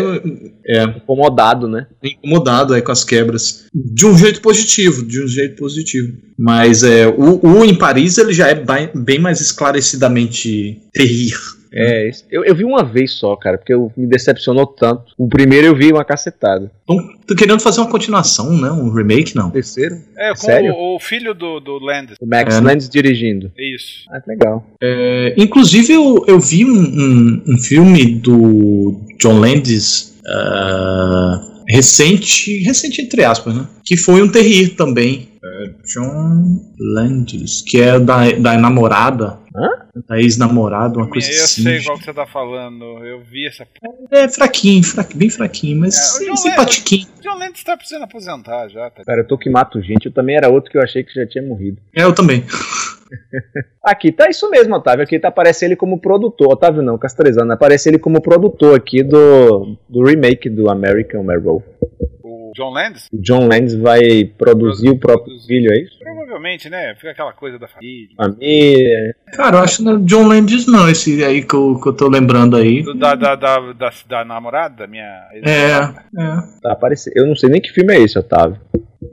C: é,
B: Incomodado, né?
C: incomodado aí com as quebras. De um jeito positivo, de um jeito positivo. Mas é, o, o em Paris ele já é bem, bem mais esclarecidamente terrir. Hum.
B: É, esse- eu, eu vi uma vez só, cara, porque eu me decepcionou tanto. O primeiro eu vi uma cacetada.
C: Então, tô querendo fazer uma continuação, né? Um remake,
B: O
C: não.
B: terceiro?
C: um
D: É, com
B: Sério?
D: O, o filho do, do Landis.
B: O Max
C: É, né?
B: Landis dirigindo.
D: É isso.
B: Ah, que legal.
C: É, inclusive, eu, eu vi um, um- um filme do John Landis ah, recente, recente entre aspas, né? Que foi um terrir também. É, John Landis, que é da, da namorada. Da ex-namorada, uma
D: Eu
C: coisa assim.
D: sei qual que você tá falando. Eu vi essa. p-
C: É fraquinho, fra- bem fraquinho, mas
D: É, o John
C: simpatiquinho.
D: O John Landis tá precisando aposentar já. Tá?
B: Cara, eu tô que mato gente. Eu também era outro que eu achei que já tinha morrido.
C: É, eu também.
B: Aqui tá isso mesmo, Otávio. Aqui tá, aparece ele como produtor. Otávio não, Castrezano. Aparece ele como produtor aqui do, do remake do American Werewolf.
D: O John Landis?
B: O John Lenz vai produzir o próprio filho, é isso?
D: Provavelmente, né? Fica aquela coisa da família.
B: Família.
C: Cara, eu acho que não é John Landis não, esse aí que eu, que eu tô lembrando aí.
D: Do- Da, da, da, da, da namorada, da minha.
C: É, é.
B: Tá aparecendo. Eu não sei nem que filme é esse, Otávio.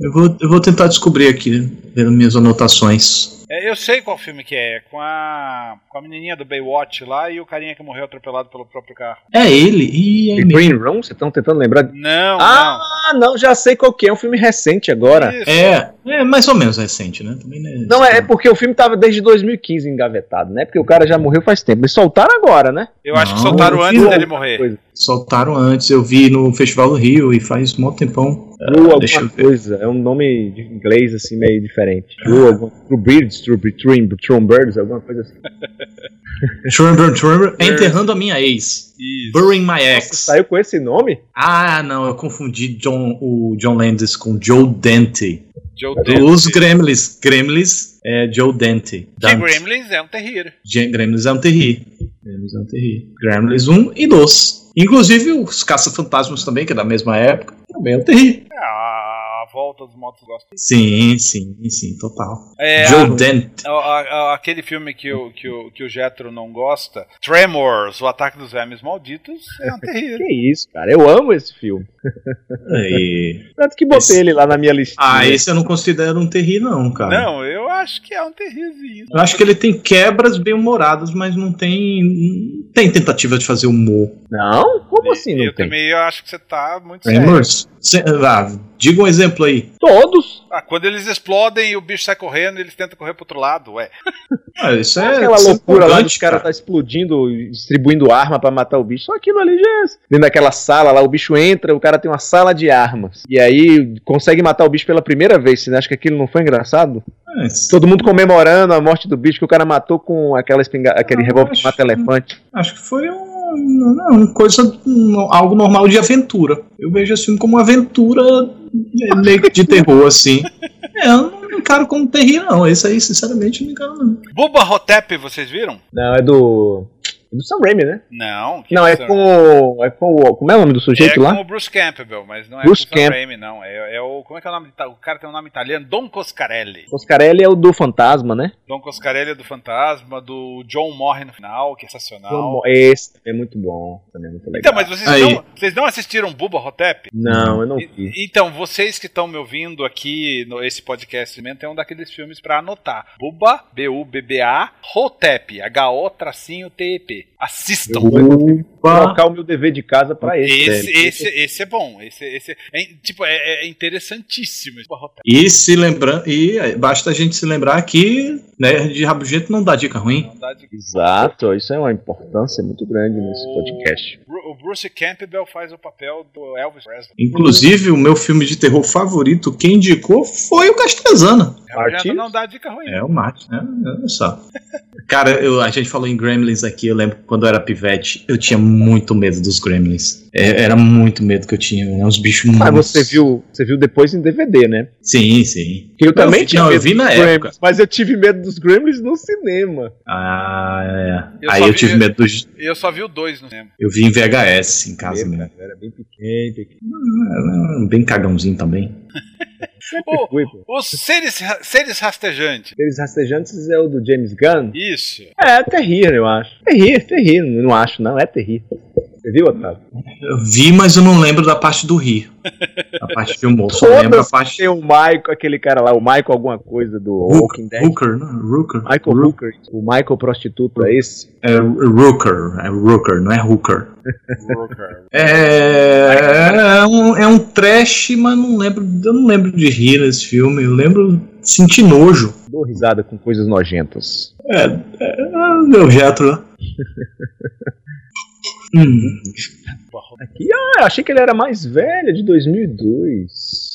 C: Eu vou, eu vou tentar descobrir aqui, vendo minhas anotações.
D: É, eu sei qual filme que é. Com a, com a menininha do Baywatch lá e o carinha que morreu atropelado pelo próprio carro.
C: É ele? Ih, é
B: The
C: ele mesmo.
B: Green Room? Vocês estão tentando lembrar?
D: Não,
B: Ah, Ah, não, já sei qual que é. É um filme recente
D: não.
B: agora.
D: Isso.
C: É, é mais ou menos recente, né? Também é,
B: Não, é, é porque o filme tava desde 2015 engavetado, né? Porque o cara já morreu faz tempo. Eles soltaram agora, né?
D: Eu acho que
C: Não,
D: soltaram
B: eu
D: antes
B: fiz
D: dele
B: alguma
D: morrer.
B: coisa.
C: Soltaram antes, eu vi no Festival do Rio e faz mó tempão.
B: Blue alguma
C: Ah, deixa eu ver.
B: coisa. É um nome de inglês assim meio diferente. Blue, alguma, True Birds, True, True, True, Birds, alguma coisa assim.
C: Trumber, Trumber, é enterrando a minha ex.
D: Isso.
C: Burying My Ex.
B: Saiu com esse nome?
C: Ah, não, eu confundi John, o John Landis com Joe Dante.
D: Joe
C: Os
D: Dante.
C: Gremlins. Gremlins é Joe Dante.
D: Que
C: Dante.
D: Gremlins é um terrível.
C: Gen- Gremlins é um terri. Gremlins é um terri. Gremlins 1 e 2. Inclusive os Caça-Fantasmas também, que é da mesma época, também é um terri.
D: Ah, Travolta, dos motos gostam.
C: Sim, sim, sim, total.
D: É,
C: Joe Dent.
D: a- a- a- aquele filme que o, que, o, que o Jetro não gosta, Tremors, O Ataque dos Vermes Malditos, é um terrível.
B: Que isso, cara. Eu amo esse filme.
C: Aí.
B: Tanto que botei
C: Esse-
B: ele lá na minha listinha.
C: Ah, esse eu não considero um terri, não,
B: Ah.
C: cara.
D: Não, eu acho que é um terrível.
C: Eu acho que ele tem quebras bem humoradas, mas não tem. não tem tentativa de fazer humor.
B: Não? Como assim não
D: eu
B: tem?
D: também eu acho que você tá muito sério.
C: Tremors? Cê- ah, diga um exemplo aí.
B: Todos.
D: Ah, quando eles explodem e o bicho sai correndo, eles tentam correr pro outro lado, ué.
C: Ah, isso é.
B: Aquela
C: isso é
B: loucura lá dos
C: empolgante,
B: caras
C: cara.
B: tá explodindo, distribuindo arma pra matar o bicho. Só aquilo ali já é. Dentro daquela sala lá, o bicho entra, o cara tem uma sala de armas. E aí consegue matar o bicho pela primeira vez. Você acha que aquilo não foi engraçado?
C: É, isso-
B: Todo mundo comemorando a morte do bicho que o cara matou com aquela espinga... aquele
C: Ah,
B: revólver que
C: acho-
B: mata elefante.
C: Acho que foi um- não, uma coisa, um- algo normal de aventura. Eu vejo esse filme como uma aventura é, meio que de terror, assim. É, eu não encaro como terror, não. Esse aí, sinceramente, eu não encaro, não.
D: Bubba Hotep, vocês viram?
B: Não, é do. é do Sam Raimi, né?
D: Não. que
B: Não, é
D: isso?
B: com. É com o. Como é o nome do
D: É
B: sujeito lá?
D: com o Bruce Campbell, mas não é
B: Bruce
D: com o Sam
B: Camp-
D: Raimi, não. É, é o. Como é que é o nome? ita- O cara tem um nome italiano? Don Coscarelli.
B: Oscarelli é o do Fantasma, né?
D: Don Coscarelli é do Fantasma, do John morre no final, que é sensacional.
B: Esse é muito bom. Também é muito legal.
D: Então, mas vocês
C: Aí.
D: não, vocês não assistiram Bubba Hotep?
B: Não, eu não
D: E-
B: vi.
D: Então, vocês que estão me ouvindo aqui no esse podcast é um daqueles filmes pra anotar. Bubba, B-U-B-B-A, Hotep, H-O-T-E-P. Assistam.
B: Eu vou
C: Opa,
B: colocar o meu dever de casa pra esse.
D: Esse,
B: velho.
D: esse, esse é bom. Esse, esse é, tipo, é, é interessantíssimo. esse Bubba Hotep.
C: E se lembrando, e aí, basta a gente se lembrar que né, de rabugento não dá dica ruim.
D: Não dá de-
B: Exato, isso é uma importância muito grande nesse podcast.
D: Bru- O Bruce Campbell faz o papel do Elvis Presley.
C: Inclusive, o meu filme de terror favorito, quem indicou foi o Castrezana.
D: É uma janta,
B: Artista?
D: não dá dica ruim.
C: É o Mate, né? Olha só. Cara, eu- a gente falou em Gremlins aqui, eu lembro que quando eu era pivete, eu tinha muito medo dos Gremlins. É, era muito medo que eu tinha, eram uns bichos muito...
B: Mas Ah, você viu, você viu depois em DVD, né?
C: Sim, sim.
B: Eu também
C: não,
B: tinha
C: Não, eu
B: medo
C: vi na
B: dos
C: época.
B: Gremlins, mas eu tive medo dos Gremlins no cinema.
C: Ah, é.
D: Eu
C: Aí
D: só
C: eu
D: vi-
C: tive medo dos...
D: Eu só vi o dois no cinema.
C: Eu vi em VHS em casa mesmo.
B: eu era bem pequeno, pequeno.
C: Ah, Bem cagãozinho também.
D: O-
B: Fui, pô.
D: os seres, ra- seres rastejantes.
B: Aqueles rastejantes é o do James Gunn?
D: Isso.
B: É, Terrir, eu acho. Terrir, Terrir, não acho, não, é Terrir. Você viu, Otávio?
C: Eu vi, mas eu não lembro da parte do rir. A parte filmou, só
B: Todas
C: lembro a parte...
B: Tem o Michael, aquele cara lá, o Michael alguma coisa do Walking Dead.
C: Rooker, né? Rooker.
B: Michael Rooker, o Michael prostituto, é esse?
C: É Rooker, é Rooker, não é Hooker.
D: Rooker.
C: É, é um, é um trash, mas não lembro, eu não lembro de rir nesse filme. Eu lembro de sentir nojo.
B: Dou risada com coisas nojentas.
C: Ah, meu Jetro. hum,
B: Ah, achei que ele era mais velho, de 2002.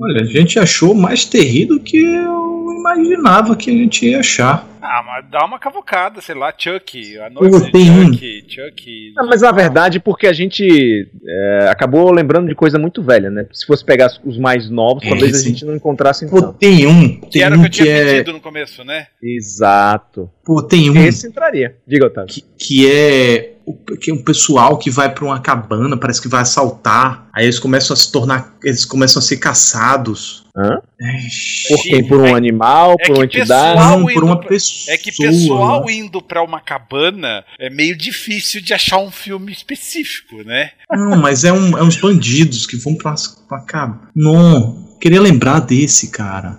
C: olha, a gente achou mais terrível do que eu imaginava que a gente ia achar.
D: Ah, mas dá uma cavocada, sei lá, Chuck. A noite de
C: tenho
D: Chuck, Chuck.
B: Ah, mas na verdade, porque a gente é, acabou lembrando de coisa muito velha, né? Se fosse pegar os mais novos,
C: É,
B: talvez a
C: sim.
B: gente não encontrasse
C: Pô,
B: então.
C: tem um,
D: Que
C: tem
D: era o que
C: um
D: eu
C: que
D: tinha
C: é,
D: pedido no começo, né?
B: Exato.
C: pô, tem um
B: Esse entraria. Diga, Otávio.
C: que, que é o- que é um pessoal que vai pra uma cabana, parece que vai assaltar. Aí eles começam a se tornar, eles começam a ser caçados.
B: Hã?
C: Ai,
B: Por quem? Por um animal,
D: é
B: por uma
D: que
B: entidade.
D: pessoal
C: Não,
D: indo
C: por uma
D: pra-
C: pessoa.
D: É que pessoal indo pra uma cabana é meio difícil de achar um filme específico, né?
C: Não, mas é, um, é uns bandidos que vão pra, pra cá. Não, queria lembrar desse, cara.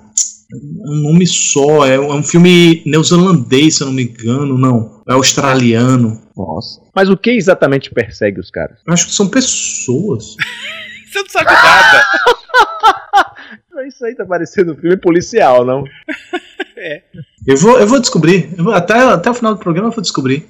C: É um nome só. É um, é um filme neozelandês, se eu não me engano. Não, é australiano.
B: Nossa. Mas o que exatamente persegue os caras?
C: Eu acho que são pessoas.
D: Você não sabe nada.
B: Isso aí tá parecendo um filme policial, não?
C: Eu vou, eu vou descobrir. Eu vou- até, até o final do programa eu vou descobrir.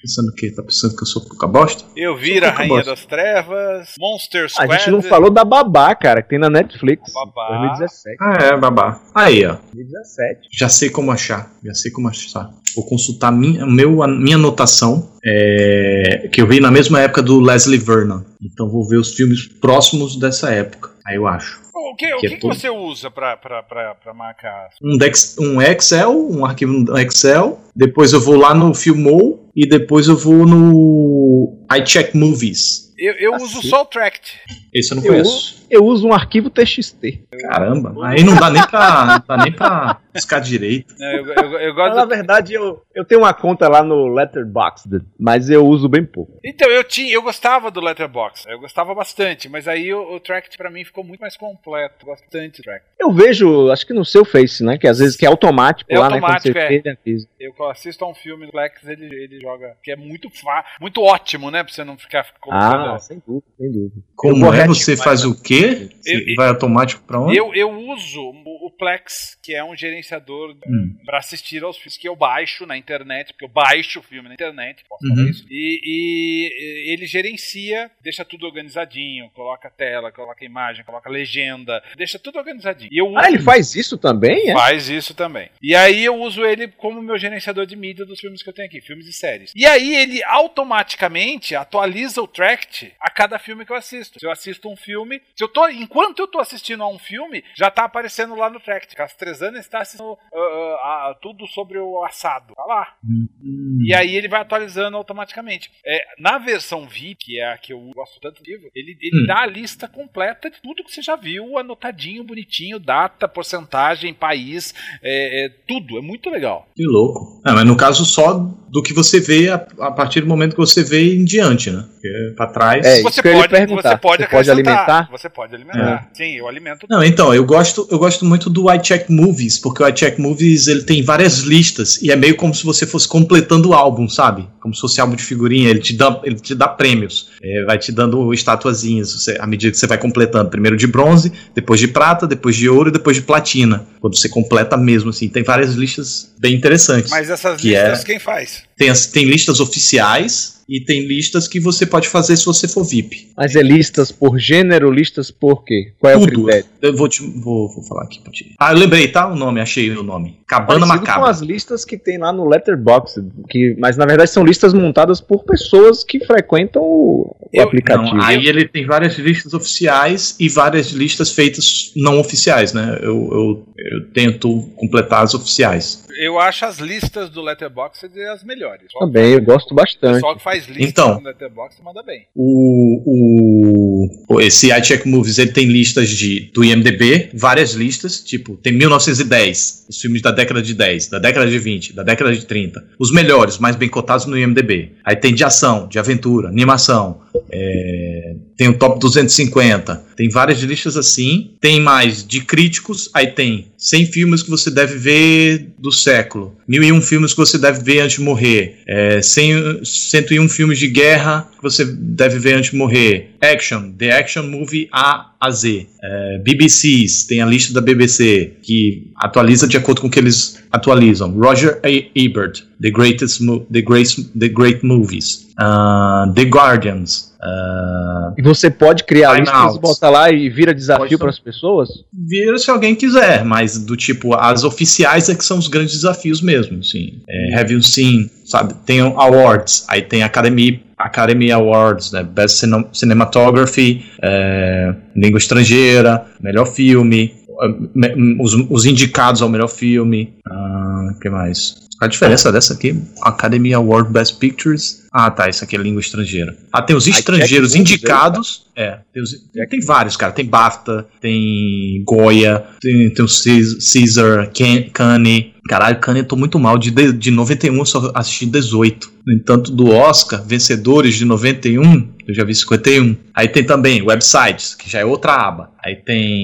C: Pensando que tá pensando que eu sou pouca bosta?
D: Eu
C: Só
D: vi a
C: pouca
D: Rainha
C: bosta.
D: das Trevas, Monster
B: Ah, A
D: Squad.
B: gente não falou da Babá, cara, que tem na Netflix.
D: Babá.
B: 2017.
C: Ah, é, babá. Aí, ó.
B: 2017.
C: Já sei como achar. Já sei como achar. Vou consultar minha, meu, a minha anotação, é, que eu vi na mesma época do Leslie Vernon. Então vou ver os filmes próximos dessa época. Aí eu acho.
D: O que, o
C: Que é
D: que, que
C: tudo.
D: você usa pra, pra, pra, pra marcar?
C: Um, Dex, um Excel, um arquivo no Excel. Depois eu vou lá no Filmou. E depois eu vou no I Check Movies.
D: Eu, eu uso
B: Cacete.
D: só o Tract.
C: Esse eu não
B: Eu-
C: conheço.
B: Eu uso um arquivo TXT.
C: Caramba, aí não dá nem pra, não dá nem pra buscar direito.
D: É, Eu, eu-
B: Mas,
D: eu gosto
B: na
D: do-
B: verdade, eu, eu tenho uma conta lá no Letterboxd, mas eu uso bem pouco.
D: Então, eu tinha, eu gostava do Letterboxd, eu gostava bastante, mas aí o, o Tract pra mim ficou muito mais completo, gosto bastante do Tract.
B: Eu vejo, acho que no seu Face, né? Que às vezes que é automático
D: É
B: lá,
D: automático,
B: né?
D: é.
B: Quando você vê, ele avisa.
D: Eu assisto a um filme do Plex, ele, ele joga, que é muito fa- muito ótimo, né, pra você não ficar colocando...
B: Ah, sem dúvida, sem dúvida. Eu
C: Como
B: vou
C: é?
B: reativar,
C: Você faz o quê? Você
D: Eu-
C: vai automático pra onde?
D: Eu, eu uso o, o Plex, que é um gerenciador
C: Hum.
D: pra assistir aos filmes que eu baixo na internet, porque eu baixo o filme na internet, posso
C: Uhum.
D: falar isso. E, e, e ele gerencia, deixa tudo organizadinho, coloca tela, coloca imagem, coloca legenda, deixa tudo organizadinho. E eu uso
B: Ah, ele faz isso também? É?
D: Faz isso também. E aí eu uso ele como meu gerenciador de mídia dos filmes que eu tenho aqui, filmes e séries. E aí ele automaticamente atualiza o tract a cada filme que eu assisto. Se eu assisto um filme, se eu tô, enquanto eu tô assistindo a um filme, já tá aparecendo lá no tract. Castrezana está assistindo ah, ah, ah, tudo sobre o assado. Tá lá. E
B: Uhum.
D: aí ele vai atualizando automaticamente. É, na versão VIP, que é a que eu gosto tanto do livro, ele, ele
C: Hum.
D: dá a lista completa de tudo que você já viu, anotadinho, bonitinho, data, porcentagem, país, é, é, tudo. É muito legal.
C: Que louco. É, mas no caso só do que você vê a, a partir do momento que você vê em diante, né? Porque é pra trás.
B: É, isso que eu ia perguntar.
D: você pode
B: Você pode
D: acrescentar,
B: alimentar? É.
D: Você pode alimentar. Sim, eu alimento.
C: Não, então, eu gosto, eu gosto muito do I Check Movies, porque o I Check Movies ele tem várias listas e é meio como se você fosse completando o álbum, sabe? Como se fosse álbum de figurinha, ele te dá, ele te dá prêmios, é, vai te dando estatuazinhas você- à medida que você vai completando. Primeiro de bronze, depois de prata, depois de ouro e depois de platina. Quando você completa mesmo, assim, tem várias listas bem interessantes.
D: Mas essas
C: Que
B: é.
D: listas quem faz?
C: Tem, as- tem listas oficiais e tem listas que você pode fazer se você for VIP.
B: Mas é listas por gênero, listas por quê? Qual é o
C: Tudo.
B: critério?
C: Eu vou, te, vou, vou falar aqui pra ti. Ah, eu lembrei, tá? O nome, achei o nome.
D: Tá
C: Cabana
B: Parecido
C: Macabra.
B: com as listas que tem lá no Letterboxd, que, mas na verdade são listas montadas por pessoas que frequentam o, o
D: Eu-
B: aplicativo.
C: Não, aí ele tem várias listas oficiais e várias listas feitas não oficiais, né? Eu, eu, eu tento completar as oficiais.
D: Eu acho as listas do Letterboxd as melhores. Só-
B: Também, Tá eu gosto
D: O
B: bastante.
D: pessoal que faz lista
C: Então.
D: no Letterboxd manda bem.
C: O, o, esse iCheck Movies ele tem listas de, do IMDB, várias listas, tipo, tem 1910, os filmes da década de 10, da década de 20, da década de 30, os melhores, mais bem cotados no IMDB. Aí tem de ação, de aventura, animação, é, tem o top 250, tem várias listas assim, tem mais de críticos, aí tem 100 filmes que você deve ver do século, 1001 filmes que você deve ver antes de morrer, é, 100, 101 filmes de guerra que você deve ver antes de morrer, action, the action movie A a Z, é, BBCs, tem a lista da BBC que atualiza de acordo com o que eles atualizam, Roger A. Ebert, The Greatest Mo- The Great, the great Movies, Ah, The Guardians, ah,
B: E você pode criar
C: Time
B: listas,
C: out.
B: botar lá e vira
C: Pode
B: desafio
C: também.
B: para as pessoas?
C: Vira se alguém quiser, mas do tipo, as oficiais é que são os grandes desafios mesmo, sim. É, have you seen, sabe? Tem o awards, aí tem Academy, Academy Awards, né? Best Cine- Cinematography, é, língua estrangeira, melhor filme, eh, me- os, os indicados ao melhor filme, ah, que mais? A diferença dessa aqui, Academy Award Best Pictures. Ah, tá, isso aqui é língua estrangeira. Ah, tem os
B: Aí,
C: estrangeiros
B: Jack Moon,
C: indicados. É, tem, os- tem vários, cara. Tem BAFTA, tem Goya, tem, tem o Cis- Caesar, Can- Cannes. Caralho, Cannes eu tô muito mal. De, de de 91 eu só assisti 18. No entanto, do Oscar, vencedores de 91, eu já vi 51. Aí tem também websites, que já é outra aba. Aí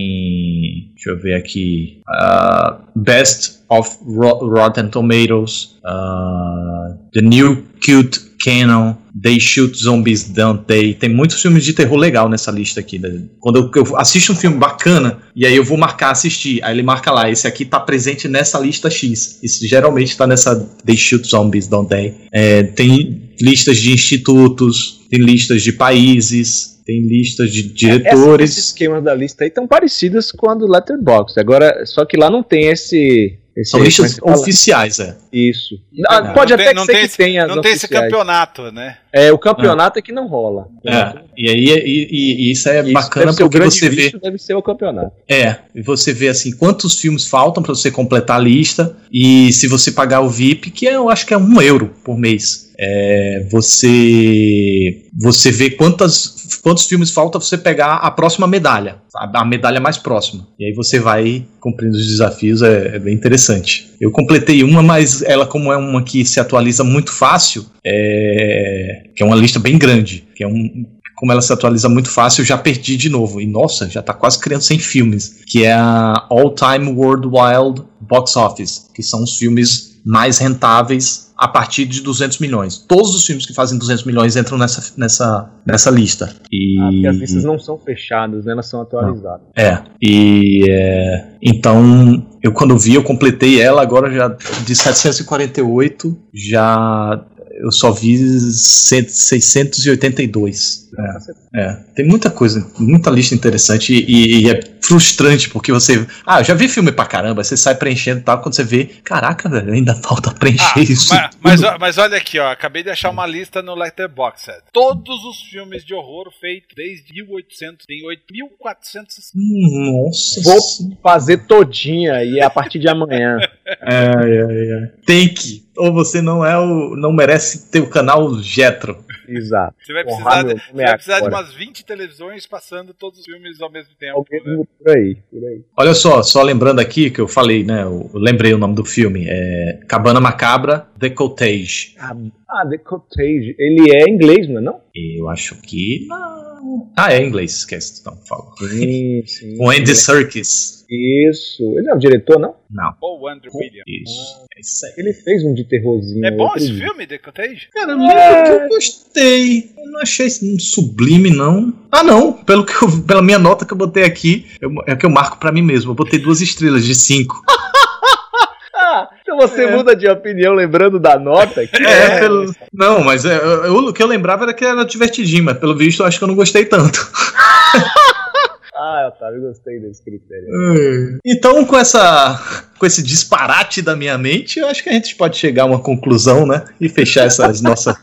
C: tem. Deixa eu ver aqui. ah, Best of Ro- Rotten Tomatoes. ah, The New Cute Canon. They Shoot Zombies Don't They. Tem muitos filmes de terror legal nessa lista aqui. né? Quando eu, eu assisto um filme bacana, e aí eu vou marcar assistir. Aí ele marca lá, esse aqui tá presente nessa lista X. Isso geralmente tá nessa They Shoot Zombies Don't They. É, tem listas de institutos, tem listas de países, tem listas de
B: Esses
C: diretores.
B: esquemas da É, lista aí estão parecidas com a do Letterboxd. Agora, só que lá não tem esse. esse
C: São
B: como é
C: listas
B: que fala?
C: oficiais, é.
B: Isso. Ah,
D: Não,
B: pode
D: não
B: até
D: tem-
B: que
D: não
B: ser
D: tem
B: que
D: esse-
B: tenha. as
D: Não tem esse
B: oficiais.
D: campeonato, né?
B: É, o campeonato é que não rola.
C: É. E aí e, e- e isso é
B: Isso
C: bacana
B: deve ser o
C: porque
B: grande
C: você vê.
B: vício, deve ser o campeonato. tá?
C: É, e você vê assim quantos filmes faltam pra você completar a lista e se você pagar o VIP, que eu acho que é um euro por mês, é, você você vê quantas, quantos filmes falta você pegar a próxima medalha, sabe? a medalha mais próxima. E aí você vai cumprindo os desafios, é, é bem interessante. Eu completei uma, mas ela, como é uma que se atualiza muito fácil, é, que é uma lista bem grande, que é um, como ela se atualiza muito fácil, eu já perdi de novo. E nossa, já tá quase criando 100 filmes. Que é a All Time World Wild Box Office, que são os filmes mais rentáveis a partir de 200 milhões. Todos os filmes que fazem 200 milhões entram nessa, nessa, nessa lista. E...
B: Ah, porque as listas não são fechadas, né? Elas são atualizadas.
C: É. E é, então eu quando vi eu completei ela agora já de 748 já eu só vi 100, 682. É, é. Tem muita coisa, muita lista interessante e, e é frustrante porque você. Ah, eu já vi filme pra caramba, você sai preenchendo e tal, quando você vê, caraca, velho, ainda falta preencher
D: Ah,
C: isso.
D: ma- mas, ó- mas olha aqui, ó, acabei de achar uma lista no Letterboxd. Todos os filmes de horror feitos desde 1800 tem 8.400.
C: Nossa.
B: Vou fazer todinha e é a partir de amanhã.
C: Ai, ai, ai. Tem que. Ou você não é o. não merece ter o canal Jetro.
B: Exato.
D: Você vai
B: Porra,
D: precisar, de,
B: meu,
D: você
B: como é
D: vai precisar de
B: agora?
D: umas 20 televisões passando todos os filmes ao mesmo tempo.
B: Alguém
D: né?
B: por aí, por aí.
C: Olha só, só lembrando aqui que eu falei, né? Eu lembrei o nome do filme. É Cabana Macabra, The Cottage.
B: Ah, The Cottage. Ele é inglês, não é não?
C: Eu acho que. Não. Ah, é em inglês, esquece. Então, fala.
B: Sim, sim.
C: O Andy Serkis.
B: é Isso. Ele não é o diretor, não?
C: Não.
D: Ou Andrew Williams.
C: Isso. É isso aí.
B: Ele fez um de terrorzinho.
D: É bom
B: outro
D: esse
B: dia.
D: filme, The Cottage?
C: Cara, lembro que eu gostei. Eu não achei um sublime, não. Ah, não. Pelo que eu- pela minha nota que eu botei aqui, eu- é o que eu marco pra mim mesmo. Eu botei duas estrelas de cinco.
B: Ah, então você
C: É.
B: muda de opinião lembrando da nota? né? Que
C: É, pelo- não, mas é, eu- eu- o que eu lembrava era que era divertidinho, mas pelo visto eu acho que eu não gostei tanto.
B: Ah, Otávio, eu gostei desse critério.
C: Então, com essa, com esse disparate da minha mente, eu acho que a gente pode chegar a uma conclusão, né? E fechar essas nossas,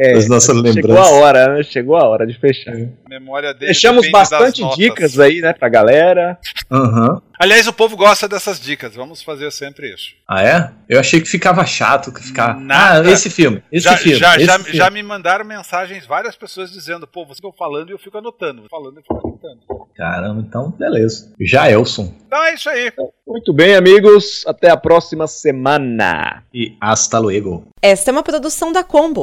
B: É,
C: as nossas
B: chegou a
C: lembranças.
B: hora, né? Chegou a hora de fechar.
D: A memória dele.
B: Deixamos
D: depende das
B: bastante
D: notas.
B: dicas aí, né, pra galera.
C: Aham.
D: Aliás, o povo gosta dessas dicas. Vamos fazer sempre isso.
C: Ah, é? Eu achei que ficava chato, que ficava.
D: Nada.
C: Ah, esse filme, esse
D: já,
C: filme.
D: já,
C: esse
D: já,
C: filme.
D: já me mandaram mensagens várias pessoas dizendo, pô, vocês ficam falando e eu fico anotando. Falando e fico anotando.
C: Caramba, então, beleza. Já Elson.
D: Então é isso aí.
B: Muito bem, amigos. Até a próxima semana.
C: E hasta luego.
F: Esta é uma produção da Combo.